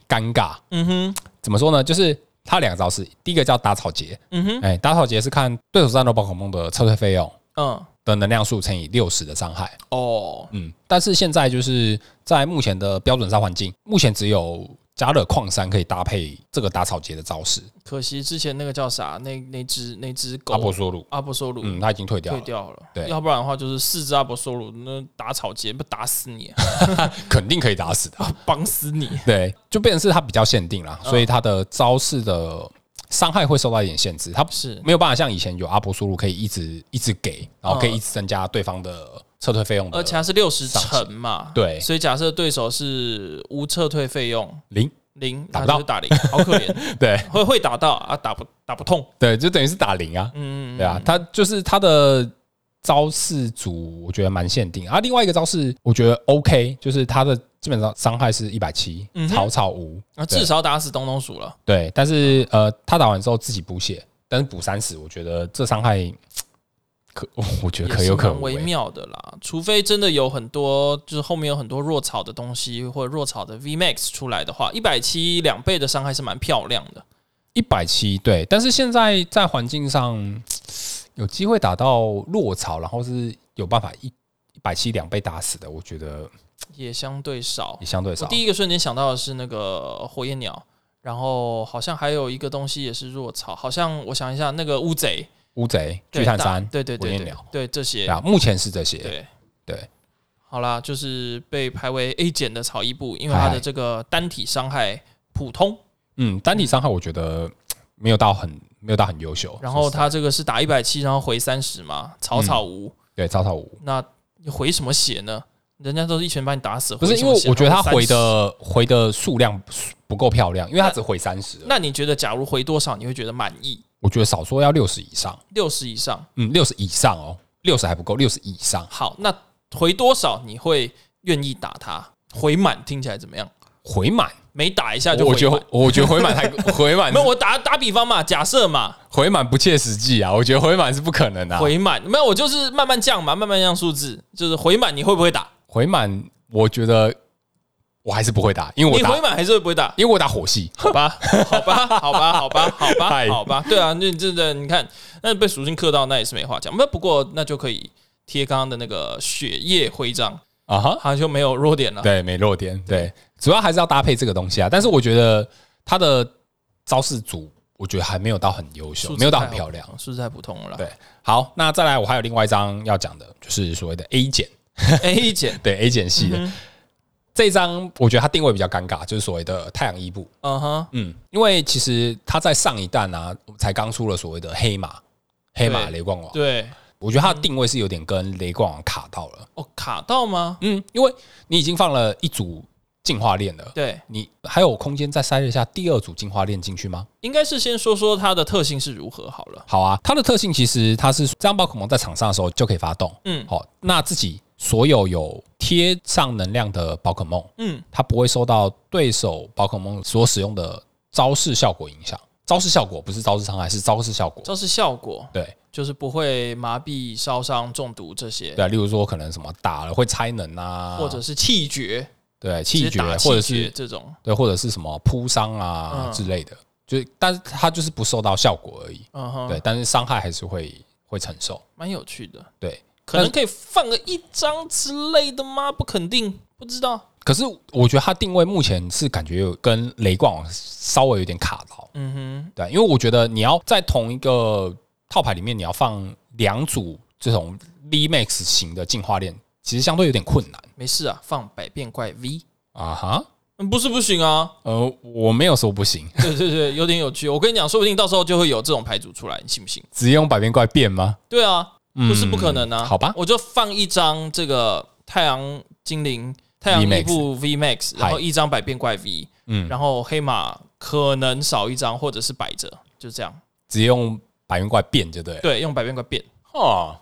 尴尬，
嗯哼，
怎么说呢？就是它两个招式，第一个叫打草节，
嗯哼，
哎，打草节是看对手战斗宝可梦的撤退费用。
嗯，
的能量数乘以六十的伤害。
哦，
嗯，但是现在就是在目前的标准赛环境，目前只有加勒矿山可以搭配这个打草节的招式。
可惜之前那个叫啥，那那只那只狗
阿波索鲁，
阿波收鲁
嗯，他已经退掉
退
了，
掉了，
对
要不然的话就是四只阿波收鲁那打草节不打死你啊，
肯定可以打死 的。
绑死你。
对，就变成是他比较限定啦，
嗯
所以他的招式的伤害会受到一点限制，他
是
没有办法像以前有阿波索鲁可以一直一直给，然后可以
嗯
一直增加对方的撤退费用的
而且它是六十
上
乘嘛，
对
所以假设对手是无撤退费用
零。
零，
打
他
不
就是打零，好可怜，
对
会会打到啊，打不打不痛，
对，就等于是打零啊。
嗯，
对啊，他就是他的招式组，我觉得蛮限定啊。另外一个招式，我觉得 OK，就是他的基本上伤害是一百七
嗯，哼
草草无
啊，
对
至少打死东东鼠了，
对，但是呃，他打完之后自己补血，但是补三十，我觉得这伤害嘖可，我觉
也
得
是
可有可
蛮
无
微
欸。
妙的啦，除非真的有很多，就是后面有很多弱草的东西或者弱草的 V Max 出来的话，一百七两倍的伤害是蛮漂亮的，
一百七对，但是现在在环境上嘖有机会打到落草，然后是有办法一一百七两被打死的，我觉得
也相对少
也。相对
我
少。
第一个瞬间想到的是那个火焰鸟，然后好像还有一个东西也是弱草，好像我想一下，那个乌贼、
乌贼、
对
巨碳
大
山，
对对
火
对
焰
对
鸟，
对这些
对，啊，目前是这些。
对
对。
好啦，就是被排为 A 减的草衣部，因为它
嗨
的这个单体伤害普通，
嗯，单体伤害我觉得没有到很没有到很优秀。
然后
说实在
它这个是打一百七，然后回三十嘛，草草
嗯
无，
对草草无，
那你回什么血呢？人家都是一拳把你打死，
不是
回什
因
么
为
血
我觉得他
30
回的回的数量不够漂亮，因为他只回三十，
那你觉得，假如回多少你会觉得满意？
我觉得少说要六十以上，
六十以上，
嗯，六十以上哦，六十还不够，六十以上
好，那回多少你会愿意打他？回满听起来怎么样？
回满，
每打一下就
我
回
我觉
满
得我觉得回满还 回满
没有，我打打比方嘛，假设嘛，
回满不切实际啊，我觉得回满是不可能的、啊，
回满没有，我就是慢慢降嘛，慢慢降数字，就是回满你会不会打？
回满我觉得我还是不会打，因为我
你
打
回满还是会不会打？
因为我打火系，
好吧，好吧，好 吧，好吧，好吧，
嗨
好吧，对啊，那这的你看，那被属性克到，那也是没话讲。那不过那就可以贴刚刚的那个血液徽章，
啊哈，
好像就没有弱点了。
对，没弱点，
嗯
对，主要还是要搭配这个东西啊。但是我觉得他的招式组，我觉得还没有到很优秀
数，字
没有到
太
很
好
漂亮。
数字太普通了啦。
对，好，那再来，我还有另外一张要讲的，就是所谓的 A 减，
A 减，
对 A 减系的、
嗯哼
这一张，我觉得它定位比较尴尬，就是所谓的太阳伊布。
嗯哼，
嗯，因为其实它在上一弹啊，才刚出了所谓的黑马，黑马
对
雷光王，
对，
我觉得它
嗯
的定位是有点跟雷光王卡到了。
哦，卡到吗？
嗯，因为你已经放了一组进化链了。
对，
你还有空间再塞一下第二组进化链进去吗？
应该是先说说它的特性是如何好了。
好啊，它的特性其实它是这张宝可梦在场上的时候就可以发动。
嗯
好，那自己所有有贴上能量的宝可梦，
嗯，
它不会受到对手宝可梦所使用的招式效果影响。招式效果不是招式伤害，是招式效果。
招式效果
对
就是不会麻痹、烧伤、中毒这些，
对啊，例如说可能什么打了会拆能啊，
或者是气绝、
对
直接
气绝，
打
或者
气绝
是
这种。
对，或者是什么扑伤啊
嗯
之类的，就是但是它就是不受到效果而已。
嗯哼，
对，，但是伤害还是会会承受。
蛮有趣的。
对，
可能可以放个一张之类的吗？不肯定，不知道。
可是我觉得它定位目前是感觉有跟雷冠王稍微有点卡到，
嗯
对，因为我觉得你要在同一个套牌里面，你要放两组这种 E V Max 型的进化链，其实相对有点困难
哼，没事啊，放百变怪 V，
啊哈。
嗯，不是不行啊。
呃，我没有说不行，
对对对，有点有趣。我跟你讲，说不定到时候就会有这种牌组出来，你信不信？
只用百变怪变吗？
对啊，
嗯
不是不可能啊。
好吧，
我就放一张这个太阳精灵、太阳一部 V Max，然后一张百变怪 V，
嗯，
然后黑马可能少一张或者是摆着，就这样。
只用百变怪变就对了。
对，用百变怪变，
哦，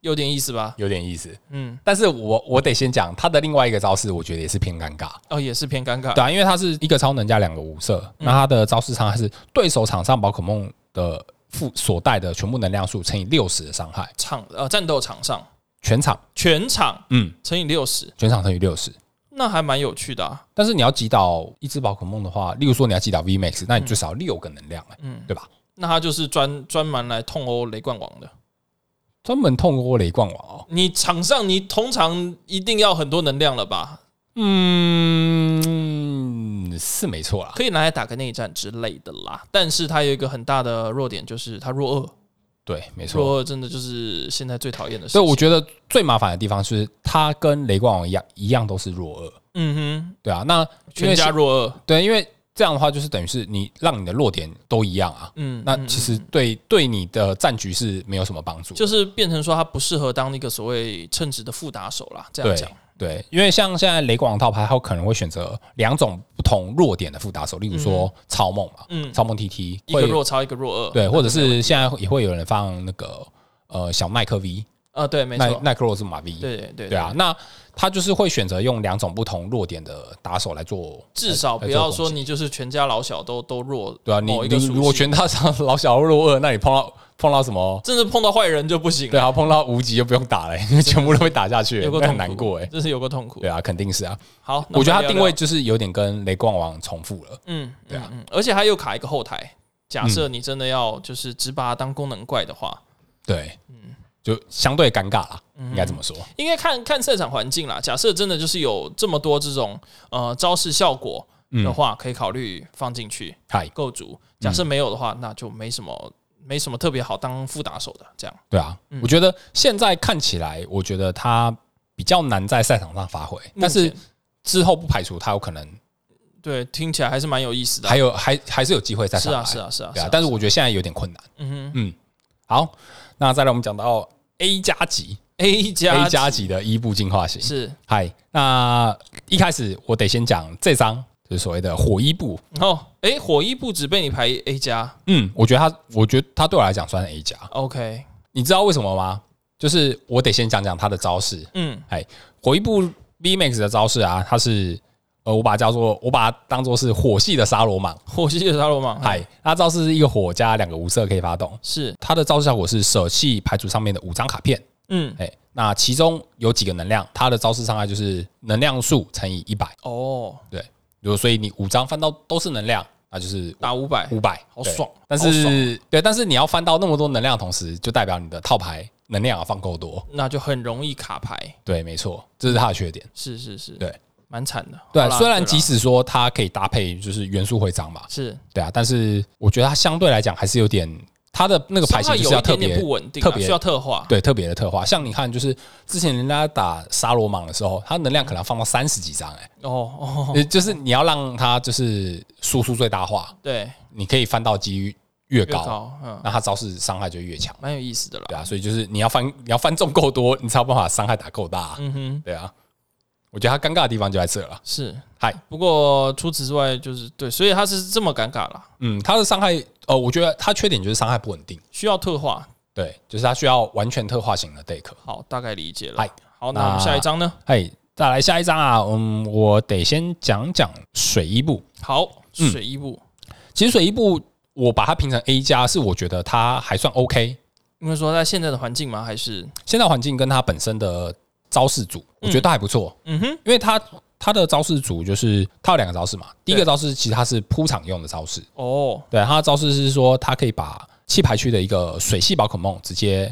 有点意思吧？
有点意思。
嗯，
但是我我得先讲它的另外一个招式，我觉得也是偏尴尬。
哦，也是偏尴尬。
对啊，因为它是一个超能加两个无色，
嗯
那它的招式伤害是对手场上宝可梦的附所带的全部能量数乘以六十的伤害，
场呃，战斗场上
全场，
全场
嗯，
乘以六十，
全场乘以六十。
那还蛮有趣的、啊。
但是你要击倒一只宝可梦的话，例如说你要击倒 V Max，那你最少要六个能量、欸，
嗯，
对吧？
那他就是专专门来痛殴雷冠王的。
专门痛过雷冠王哦，
你场上你通常一定要很多能量了吧？
嗯，是没错啦，
可以拿来打个内战之类的啦。但是它有一个很大的弱点，就是它弱二，
对，没错。
弱二真的就是现在最讨厌的事
所
情。
以我觉得最麻烦的地方是，它跟雷冠王一样，一样都是弱二，
嗯
对啊。那
哼，
因为
全家
是
弱二，
对，因为这样的话就是等于是你让你的弱点都一样啊，
嗯，
那
嗯
其实
嗯
对对你的战局是没有什么帮助。
就是变成说它不适合当一个所谓称职的副打手啦。这样
对
讲，
对，因为像现在雷广套牌，它可能会选择两种不同弱点的副打手，例如说超梦嘛，
嗯，
超梦 TT
一
会
个弱超，一个弱二，
对，
那
或者
就没有
是现在也会有人放那个呃小麦克 V，
呃，对，没
奈
错，
奈克罗兹马 V，
对对对
对啊，，那他就是会选择用两种不同弱点的打手来做，
至少
来
不要
来做
说
攻击
你就是全家老小都都弱，
对啊，你
某一个
你
属
如果
性
全打上老小弱二，那你碰到碰到什么？
真的碰到坏人就不行
对
了，
啊，碰到无极就不用打了、 因为全部都被打下去、
有个
那
痛
很
苦
难过哎、
真是有个痛苦
对。啊，肯定是啊。
好，那
我觉得
们
它
聊
定
聊
位就是有点跟雷冠王重复了。
嗯，
对啊嗯
嗯，嗯而且它又卡一个后台。假设你真的要就是只把它当功能怪的话，
对，就相对尴尬啦，
嗯
应该这么说。
应该看看赛场环境啦。假设真的就是有这么多这种呃招式效果
嗯
的话，可以考虑放进去
嗨，
构筑。假
嗯
设没有的话，那就没什么没什么特别好当副打手的这样。
对啊，我觉得现在看起来，我觉得他比较难在赛场上发挥，但
目
是
前
之后不排除他有可能
对，听起来还是蛮有意思的啊。
还有还还是有机会再
是
上来。
啊，是啊，是啊，
对啊
啊，。
但是我觉得现在有点困难。
嗯哼
好，那再来我们讲到 A 加级
，A
A 加
加
级的伊布进化型。
是，
嗨，那一开始我得先讲这张，就是所谓的火伊布。
然后哎，火一不止被你排 A 加
嗯，我觉得他，我觉得他对我来讲算是 A 加。
，OK，
你知道为什么吗？就是我得先讲讲他的招式。
嗯
火一部 B Max 的招式啊，它是呃，我把它叫做，我把它当做是火系的沙罗莽。
火系的沙罗曼，
嗨，它招式是一个火加两个无色可以发动。
是，
它的招式效果是舍弃排除上面的五张卡片。
嗯，
哎，那其中有几个能量，它的招式伤害就是能量数乘以一百。
哦，
如果所以你五张翻到都是能量，那就是
打五百，
五百，
好
对
爽
但
好爽
是对，但是你要翻到那么多能量的同时，就代表你的套牌能量要放够多。
那就很容易卡牌，
对，没错，这是它的缺点。
是是是，
对，
蛮惨的。
对啊
好，啦
虽然
对啦
即使说它可以搭配就是元素徽章嘛，
是
对啊，但是我觉得它相对来讲还是有点它的那个牌型
伤害
就
有
是要
一
特
点
别
点不稳定啊，
特别
需要特化。
对特别的特化。像你看，就是之前人家打沙罗莽的时候，它能量可能要放到三十几张，哎，
哦哦，
呃就是你要让它就是输出最大化，
对，
你可以翻到几率越
越
高，
高，嗯，
那它招式伤害就越强，
蛮有意思的
对
啦。
啊，所以就是你要翻你要翻中够多，你才有办法伤害打够大啊，
嗯哼，
对啊。我觉得它尴尬的地方就在这了。
是。
嗨，
不过除此之外，就是对，所以他是这么尴尬啦，
嗯，它的伤害，呃，我觉得它缺点就是伤害不稳定。
需要特化。
对，就是它需要完全特化型的 deck。
好，大概理解了
嗨。
好，那我
那
们下一张呢？
哎，再来下一张啊，嗯，我得先讲讲水衣部。
好，
嗯
水衣部，
其实水衣部我把它评成 A 加，是我觉得它还算 OK。
因为说在现在的环境吗？还是
现在环境跟它本身的招式组，我觉得都还不错，
嗯哼，
因为它它的招式组就是它有两个招式嘛。第一个
对
招式其实它是铺场用的招式，
哦，
对，它的招式是说它可以把气排区的一个水系宝可梦直接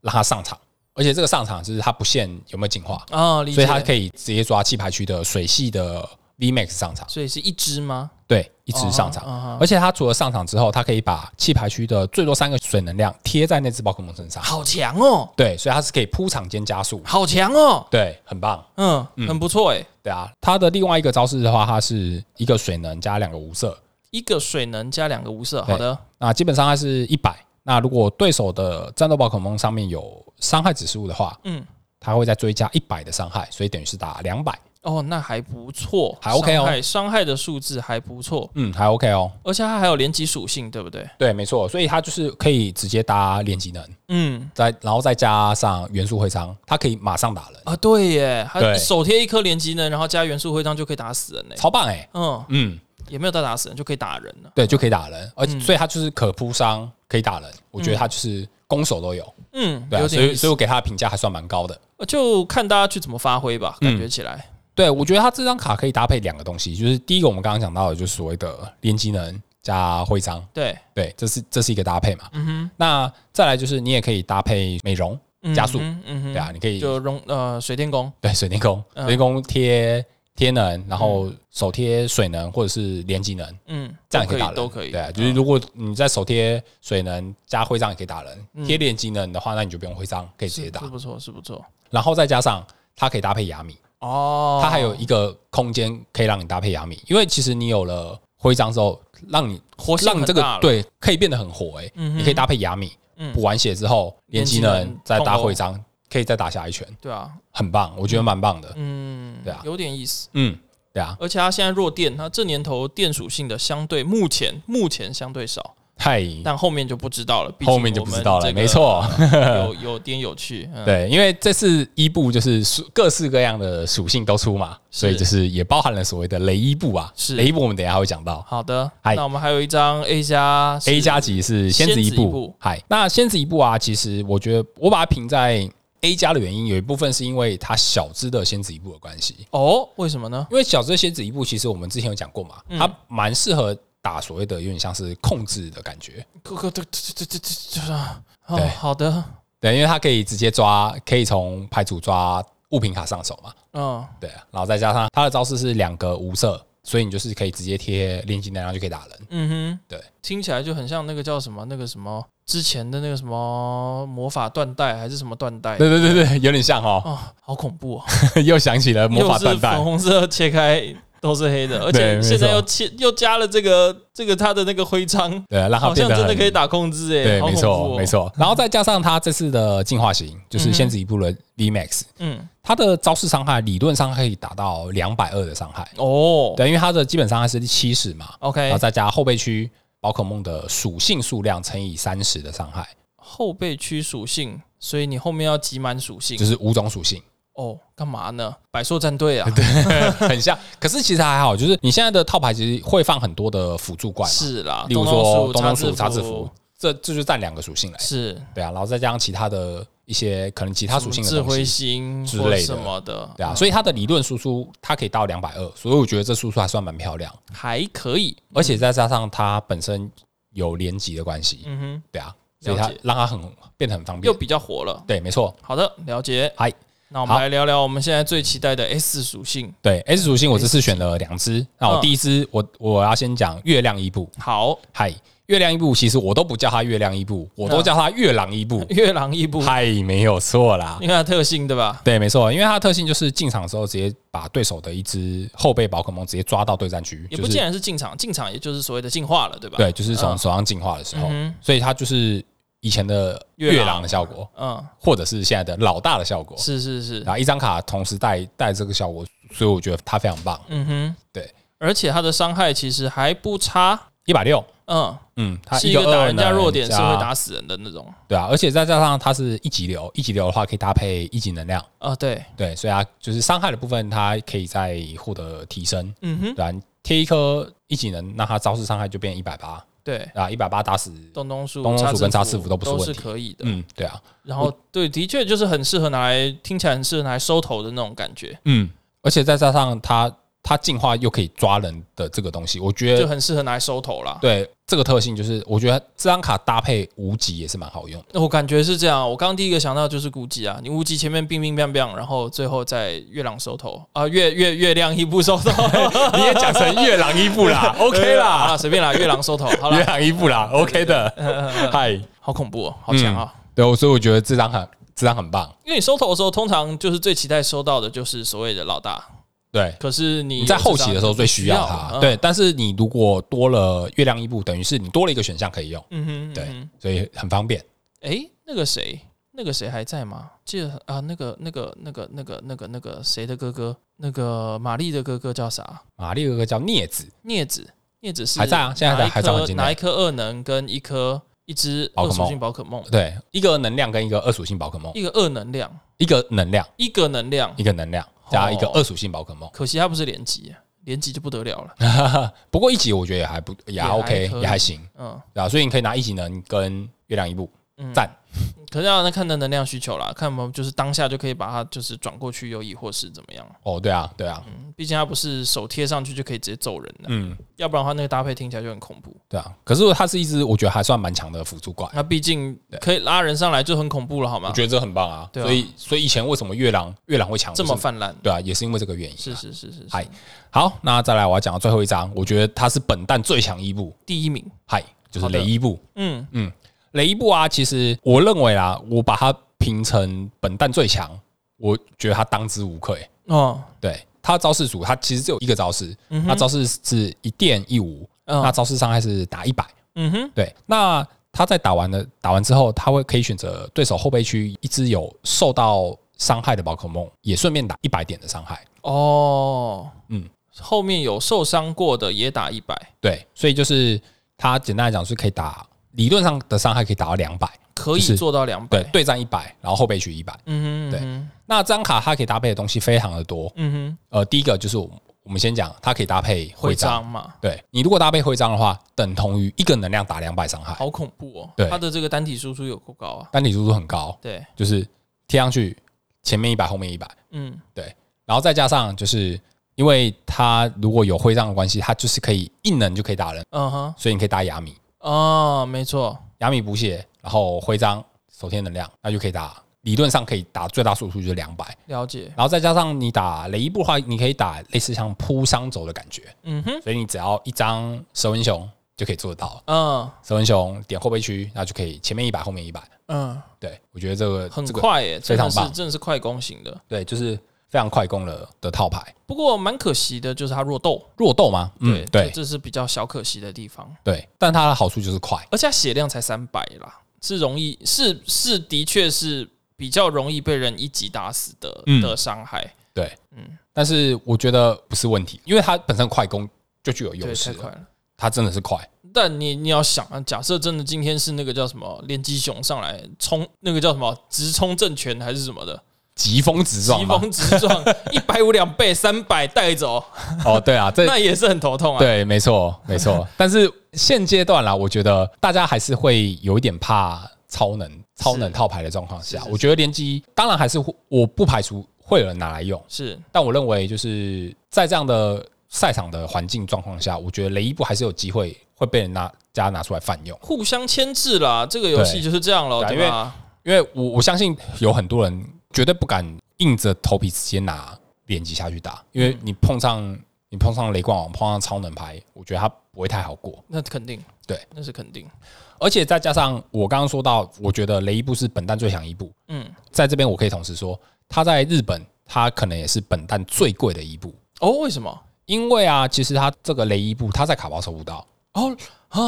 让它上场，而且这个上场就是它不限有没有进化，
啊，理
所
解。
以它可以直接抓气排区的水系的 VMAX 上场，
所以是一只吗？哦啊
对，一直上场。
场
而且它除了上场之后，它可以把气排区的最多三个水能量贴在那只宝可梦身上，
好强哦，
对，所以它是可以铺场间加速，
好强哦，
对，很棒，
嗯，很不错哎。
对啊。它的另外一个招式的话，它是一个水能加两个无色，
一个水能加两个无色，
对
好的，
那基本上它是一百。那如果对手的战斗宝可梦上面有伤害指数的话，
嗯，
它会再追加一百的伤害，所以等于是打两百，
哦，那还不错，
还 OK 哦
伤害伤害的数字还不错，
嗯，还 OK 哦。
而且它还有连级属性，对不对？
对，没错，所以它就是可以直接搭连技能，
嗯，
再然后再加上元素徽章，它可以马上打人，
啊，对耶，它
对
手贴一颗连级能，然后加元素徽章就可以打死人嘞。
超棒哎、
嗯，
嗯，
也没有到打死人，就可以打人了。
对，就可以打人，而且
嗯
所以它就是可扑伤，可以打人，我觉得它就是攻守都有，
嗯，
对、啊，
有
所
点意
以所以
思，
我给它的评价还算蛮高的。
呃就看大家去怎么发挥吧。感觉起来，
对，我觉得它这张卡可以搭配两个东西，就是第一个我们刚刚讲到的，就是所谓的连技能加徽章，
对，
对，这是这是一个搭配嘛。
嗯哼，
那再来就是你也可以搭配美容，
嗯
加速
哼嗯哼，
对啊，你可以
就融呃水电工，
对水电工，
嗯
水电工贴贴能，然后手贴水能或者是连技能，
嗯，
这样也可
都可
以打人，
都可以，嗯
对啊，就是如果你在手贴水能加徽章也可以打人，
嗯
贴连技能的话，那你就不用徽章，可以直接打
是。不错，是不错。
然后再加上它可以搭配雅米，
哦，
它还有一个空间可以让你搭配雅米，因为其实你有了徽章之后，让你
活性
让你
很
这个
大了，
对可以变得很火哎、
嗯哼
你可以搭配雅米，
嗯
补完血之后连技
连技
能
能
再搭
动哦
徽章，可以再打下一拳，
对啊，
很棒，我觉得蛮棒的，
嗯，
对啊
有点意思。
嗯，对啊，
而且它现在弱电，它这年头电属性的相对目前目前相对少，
太
但后面就不知道了。毕竟
后面就不知道
我
了，
们这个
没， 错，
有有点有趣。嗯，
对，因为这次伊布就是属各式各样的属性都出嘛，所以
是
就是也包含了所谓的雷伊布啊，
是
雷伊布我们等一下会讲到。
好的，
嗨
那我们还有一张 A 加
A 加级是先子一
先子一
步
步，
嗨，那先子一步啊，其实我觉得我把它评在 A 加的原因，有一部分是因为它小只的先子一步的关系，
哦，为什么呢？
因为小只的先子一步，其实我们之前有讲过嘛，
嗯
它蛮适合打所谓的有点像是控制的感觉，
这个这这这这这这
对
哦，好的，
对，因为他可以直接抓，可以从牌组抓物品卡上手嘛。
嗯，
对啊，然后再加上他的招式是两个无色，所以你就是可以直接贴炼金弹，然后就可以打人。
嗯哼，
对，
听起来就很像那个叫什么那个什么之前的那个什么魔法断代还是什么断代
对对对对，有点像哦，
哦，好恐怖哦！
又想起了魔法
又
断
是粉
代。
红色切开都是黑 的，而
对
且
没
现在
错
又切又加了这个这个他的那个徽章，
对，让他
好
啊变
像
得
真的
很
可以打控制哎、
对，
好
没
恐怖、
错
哦，
没，错。然后再加上他这次的进化型，就是
嗯哼
限制一步的 D Max，
嗯，
他的招式伤害理论上可以达到两百二的伤害。
哦
对，因为他的基本伤害是七十嘛，然
，OK，
后再加后备区宝可梦的属性数量乘以三十的伤害，
后备区属性，所以你后面要集满属性
就是五种属性。
哦，干嘛呢？百兽战队啊，
很像。可是其实还好，就是你现在的套牌其实会放很多的辅助怪嘛，
是啦，
例如
东
说东东
东
鼠、
鼠
杂
字
志服，这这就占两个属性来，
是
对啊，然后再加上其他的一些可能其他属性的
智
东
慧
西。
星
之
或
类的
什么的，
对啊，所以它的理论输出它可以到两百二，所以我觉得这输出还算蛮漂亮，
嗯还可以，
而且再加上它本身有连级的关系，
嗯哼，
对啊，所以它
了解
让它很变得很方
又
便。
比较火了。
对，没错，
好的，了解。
嗨，
那我们
好
来聊聊我们现在最期待的 S 属性。
对 S 属性我这次选了两只，那我
嗯
第一只我我要先讲月亮伊布，
好，
嗨，月亮伊布其实我都不叫它月亮伊布，我都叫它月朗伊布。
嗯月狼一步，
嗨，没有错啦。
因为它的特性对吧？
对，没错，因为它的特性就是进场的时候直接把对手的一只后备宝可梦直接抓到对战区，
也
就
不尽
是
然是进场，进场也就是所谓的进化了，对吧？
对，就是从
嗯
手上进化的时候，
嗯
所以它就是以前的
月
月
朗
朗的效果，
哼，
或者是现在的老大的效果
嗯，。是是是，
然后一张卡同时带带这个效果，所以我觉得它非常棒，
嗯哼，
对。
而且它的伤害其实还不差，
一百六，
嗯，
嗯，它
是一
个
个打
二
人家
能
弱点是会
加
打死人的那种。
对啊，而且再加上它是一级流，一级流的话可以搭配一级能量。
啊，对，
对，所以它就是伤害的部分，它可以再获得提升。
嗯哼，
对、啊，你贴一颗一技能，那它招式伤害就变一百八，
对，
啊，一百八打死，
东东树、
东东树跟
叉
叉
翅
翅
蝠
蝠都不是问
是
题
可以的。
嗯，对啊，
然后对，的确就是很适合拿来，听起来很适合拿来收头的那种感觉，
嗯，而且再加上它它进化又可以抓人的这个东西，我觉
就
得
很适合拿来收头啦。
对这个特性就是，我觉得这张卡搭配无极也是蛮好用的。
我感觉是这样，我刚第一个想到就是估计啊，你无极前面冰冰冰冰，然后最后在月亮收头啊，月月月亮一步收 头
你也讲成月朗一步 啦
对好啦，随便啦，月亮收头，好
月 啊
啦，
朗一步啦，OK 的， 嗨，
好恐怖哦，好强啊！
对，我所以我觉得这张很这张很棒，
因为你收头的时候，通常就是最期待收到的就是所谓的老大，
对。
可是你
你在后期的时候最需
需
要嗯它，，对。但是你如果多了月亮一步，等于是你多了一个选项可以用，
嗯哼，
对
嗯哼
所以很方便。
诶，那个谁，那个谁还在吗？记得啊，那个、那个、那个、那个、那个、那个谁的哥哥，那个玛丽的哥哥叫啥？
玛丽哥哥叫镊子，
镊子，镊子是
还在啊现在还
拿一
还在
颗
环境内
拿一颗二能跟一颗一只
宝
二
可梦
属性宝可梦，
对，一个能量跟一个二属性宝可梦，
一个二能量，
一个能量，
一个能量。
一个能量加一个
哦
二属性宝可梦。
可惜它不是连击，连击就不得了了。
不过一级我觉得也还不也还
还
OK，
可以
也还行，
嗯，
对啊吧、所以你可以拿一技能跟月亮一步，
嗯
赞。
可是要看的能量需求啦，看有没有就是当下就可以把它就是转过去右翼或是怎么样。
哦，对啊，对啊，
嗯，毕竟它不是手贴上去就可以直接揍人的，
嗯，
要不然的话那个搭配听起来就很恐怖。
对啊。可是它是一只我觉得还算蛮强的辅助怪，
那毕竟可以拉人上来就很恐怖了，好
我
吗？
觉得这很棒啊。
对啊
所以所以以前为什么月狼月狼会强，
这么泛滥，
对啊，也是因为这个原因、
是，是是是，
嗨
是，
好，那再来我要讲到最后一张，我觉得它是本弹最强伊布，
第一名，
嗨，就是
好的
雷伊布。
嗯，
雷伊布啊，其实我认为啦，我把它评成本弹最强，我觉得他当之无愧。
哦，
对他招式组，他其实只有一个招式，
嗯
他
哼，
招式是一电一无，那
嗯
招式伤害是打一百。
嗯哼，
对，那他在打完的打完之后，他会可以选择对手后备区一只有受到伤害的宝可梦，也顺便打一百点的伤害。
哦，
嗯，
后面有受伤过的也打一百，
对，所以就是他简单来讲是可以打理论上的伤害可以打到两百，
可以
就是
做到两
对
百，，
对战一百，然后后备区一百。
嗯哼，
对
嗯
那这张卡它可以搭配的东西非常的多，
哼，嗯哼，
呃，第一个就是我们我们先讲，它可以搭配徽
徽
章。
章嘛，
对你如果搭配徽章的话，等同于一个能量打两百伤害，
好恐怖哦，
对
他的这个单体输出有够高啊，
单体输出很高，
对，
就是贴上去前面一百，后面一百，
嗯，
然后再加上就是因为它如果有徽章的关系，它就是可以一能就可以打人，
嗯哼，
所以你可以打雅米，
哦，没错，
雅米补血，然后徽章手天能量，那就可以打，理论上可以打最大速度就是两百，
了解，
然后再加上你打雷一步的话，你可以打类似像扑伤轴的感觉，
嗯哼，
所以你只要一张蛇纹熊就可以做得到。
嗯
蛇纹熊点后背区，那就可以前面一百，后面一百。
嗯，
对我觉得这个
很
这个
快耶，
非常
真的是
棒
真的是快攻型的。
对，就是非常快攻了的套牌。
不过蛮可惜的，就是它弱豆，
弱豆吗？嗯，
对，
对
这这是比较小可惜的地方。
对，但它的好处就是快。
而且它血量才三百啦，是容易是是的确是比较容易被人一击打死的、
嗯
的伤害，
对，
嗯，
但是我觉得不是问题，因为它本身快攻就具有啊
对，
优
太
势
快
了，
了。
它真的是快。
但你你要想啊，假设真的今天是那个叫什么连击熊上来冲，那个叫什么直冲政权还是什么的，
疾风直撞
疾
吗？
风直撞，一百五两倍，三百带走，
哦， 对啊，这
那也是很头痛啊。，
对，没错，没 错。但是现阶段啦，我觉得大家还是会有一点怕超能、超能套牌的状况
是
下，
是是
我觉得联机当然还是会我不排除会有人拿来用，
是
但我认为就是在这样的赛场的环境状况下，我觉得雷伊布还是有机会会被人拿家拿出来泛用，
互相牵制啦，这个游戏
对
就是这样咯，
对啊
对吧？
因为我我相信有很多人绝对不敢硬着头皮直接拿联机下去打，因为你碰上。你碰上雷冠王，碰上超能牌，我觉得他不会太好过。
那肯定，
对，
那是肯定，
而且再加上我刚刚说到，我觉得雷伊布是本弹最强一步，
嗯，
在这边我可以同时说，他在日本他可能也是本弹最贵的一步，
哦，为什么
因为啊，其实他这个雷伊布他在卡包收不到，
啊？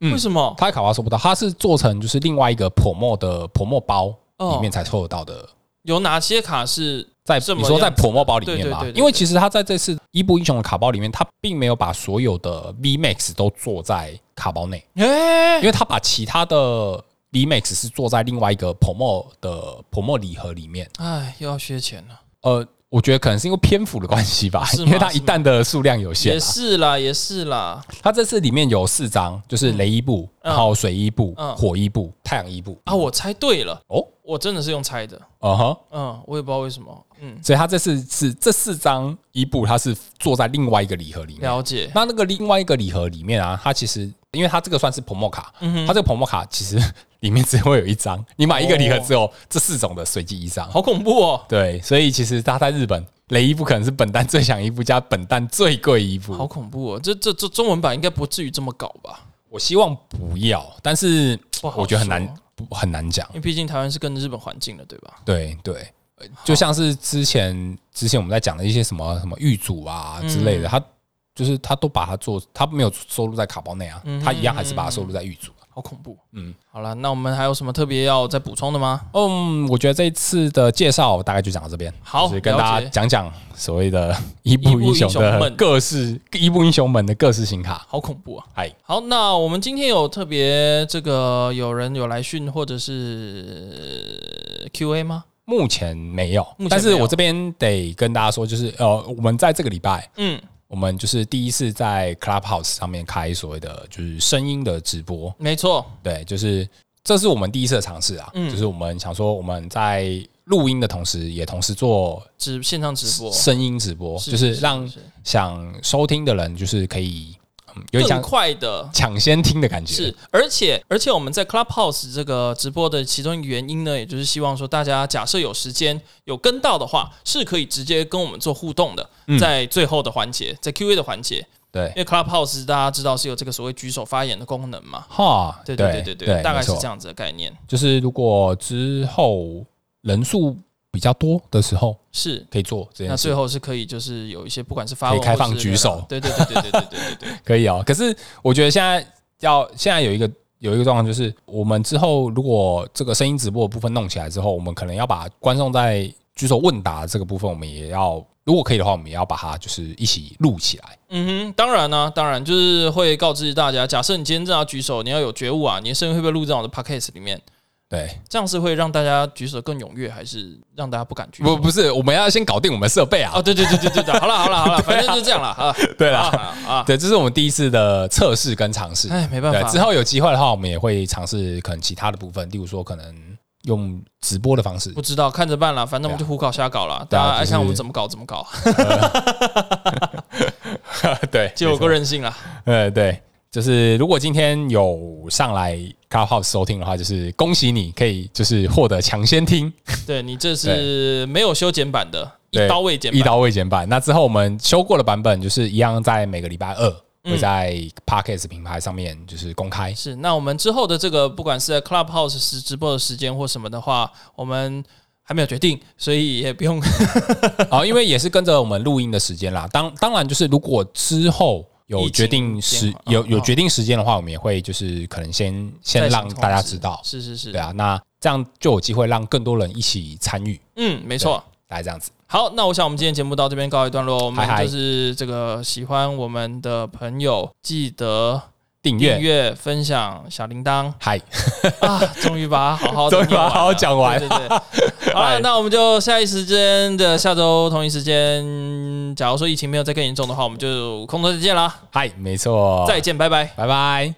嗯
为什么？
他在卡包收不到，他是做成就是另外一个泼墨的泼墨包
哦
里面才抽得到的。
有哪些卡是
在
这么
你说在
样子
泼墨包里面
对对
嘛
对对，对
因为其实他在这次伊布英雄的卡包里面，他并没有把所有的 V Max 都做在卡包内，
哎、
因为他把其他的 V Max 是做在另外一个泼墨的泼墨礼盒里面。
哎，又要削钱了。
呃，我觉得可能是因为篇幅的关系吧，
是吗
因为它一弹的数量有限
也
啦。
是啦，也是啦，
它这次里面有四张，就是雷伊布，
嗯
然后水伊布、
嗯
火伊布、太阳伊布。
啊，我猜对了，
哦，
我真的是用猜的，
嗯哼，
嗯，我也不知道为什么，嗯，
所以它这次是这四张伊布，它是做在另外一个礼盒里面。
了解，
那那个另外一个礼盒里面啊，它其实因为它这个算是 promo 卡，
嗯
它这个 promo 卡其实里面只会有一张，你买一个礼盒只
哦
有这四种的随机一张。
好恐怖哦，
对，所以其实他在日本雷伊布可能是本单最强伊布加本单最贵伊布。
好恐怖哦，这这这中文版应该不至于这么搞吧？
我希望不要，但是
不好
我觉得很
说
难，不很难讲
因。为毕竟台湾是跟日本环境的，对吧？
对对，呃就像是之前之前我们在讲的一些什么什么狱卒啊之类
嗯
的，他就是他都把它做，他没有收录在卡包内啊，他一样还是把它收录在狱卒。
好恐怖，嗯
嗯，
好了，那我们还有什么特别要再补充的吗？
嗯，我觉得这一次的介绍大概就讲到这边，
好
就是跟
了解
大家讲讲所谓 的伊布英雄
伊布英雄
的
们
各式伊布英雄们的各式型卡。
好恐怖啊！
哎，
好，那我们今天有特别这个有人有来讯或者是 Q A 吗？
目前没有，
目前没有
但是我这边得跟大家说，就是呃，我们在这个礼拜，
嗯，
我们就是第一次在 Clubhouse 上面开所谓的就是声音的直播，
没错，
对，就是这是我们第一次的尝试啊，
嗯
就是我们想说我们在录音的同时，也同时做
直线上直播，
声音直播，就是让想收听的人就是可以，嗯，有点
更
像
快的
抢先听的感觉，
是，而且而且我们在 Clubhouse 这个直播的其中一个原因呢，也就是希望说大家假设有时间有跟到的话，是可以直接跟我们做互动的，
嗯
在最后的环节，在 Q&A 的环节，因
对，
为 Clubhouse 大家知道是有这个所谓举手发言的功能嘛，
哈，
对
对
对对对
对，
大概
没
是
错
这样子的概念，
就是如果之后人数比较多的时候，
是。
可以做这
那
件事
最。后是可以，就是有一些不管是发问
可以开放
或者是
举手
对对对对对对对对对，
可以哦。可是我觉得现在要现在有一个有一个状况，就是我们之后如果这个声音直播的部分弄起来之后，我们可能要把观众在举手问答这个部分，我们也要如果可以的话，我们也要把它就是一起录起来。
嗯哼，当然呢、当然就是会告知大家，假设你今天正要举手，你要有觉悟啊，你的声音会不会录在我的 podcast 里面？
对，
这样是会让大家举手更踊跃，还是让大家不敢举手？
不不是，我们要先搞定我们设备啊
哦，。对对对对对对，好了好了好了，反正就这样了啊。
对
啊
啦，
啊，
对，这是我们第一次的测试跟尝试。
哎，没办
对，之
法，
后有机会的话，我们也会尝试可能其他的部分，例如说可能用直播的方式
不。知道看着办了，反正我们就胡搞瞎搞了，大家哎爱看我们怎么搞怎么搞，
对，
就有
没错
够任性了。
呃，对，就是如果今天有上来 Clubhouse 收听的话，就是恭喜你可以就是获得抢先听
对你这是没有修剪版的，
对
一刀未剪版，
一刀未剪版。那之后我们修过的版本就是一样，在每个礼拜二
嗯
会在 Podcast 平台上面就是公开。
是，那我们之后的这个，不管是在 Clubhouse 是直播的时间或什么的话，我们还没有决定，所以也不用
啊，因为也是跟着我们录音的时间啦。当当然，就是如果之后有
疫
决
情
定
变
时
化
有
嗯
有
嗯
决定时间的话，我们也会就是可能先
再
先让
行
大家
通知
知道，
是是是，
对啊，那这样就有机会让更多人一起参与，
嗯，没错。
大概这样子。
好，那我想我们今天节目到这边告一段落。我们
嗨嗨
就是这个喜欢我们的朋友，记得
订
订
阅，
阅、分享、小铃铛
嗨，
啊！终于把它好好
终于
地念
把它好好
了
讲完
对对 对。好了，
嗨
那我们就下一时间的下周同一时间，假如说疫情没有再更严重的话，我们就空中再见啦！
嗨，没错，
再见，拜拜。
拜拜。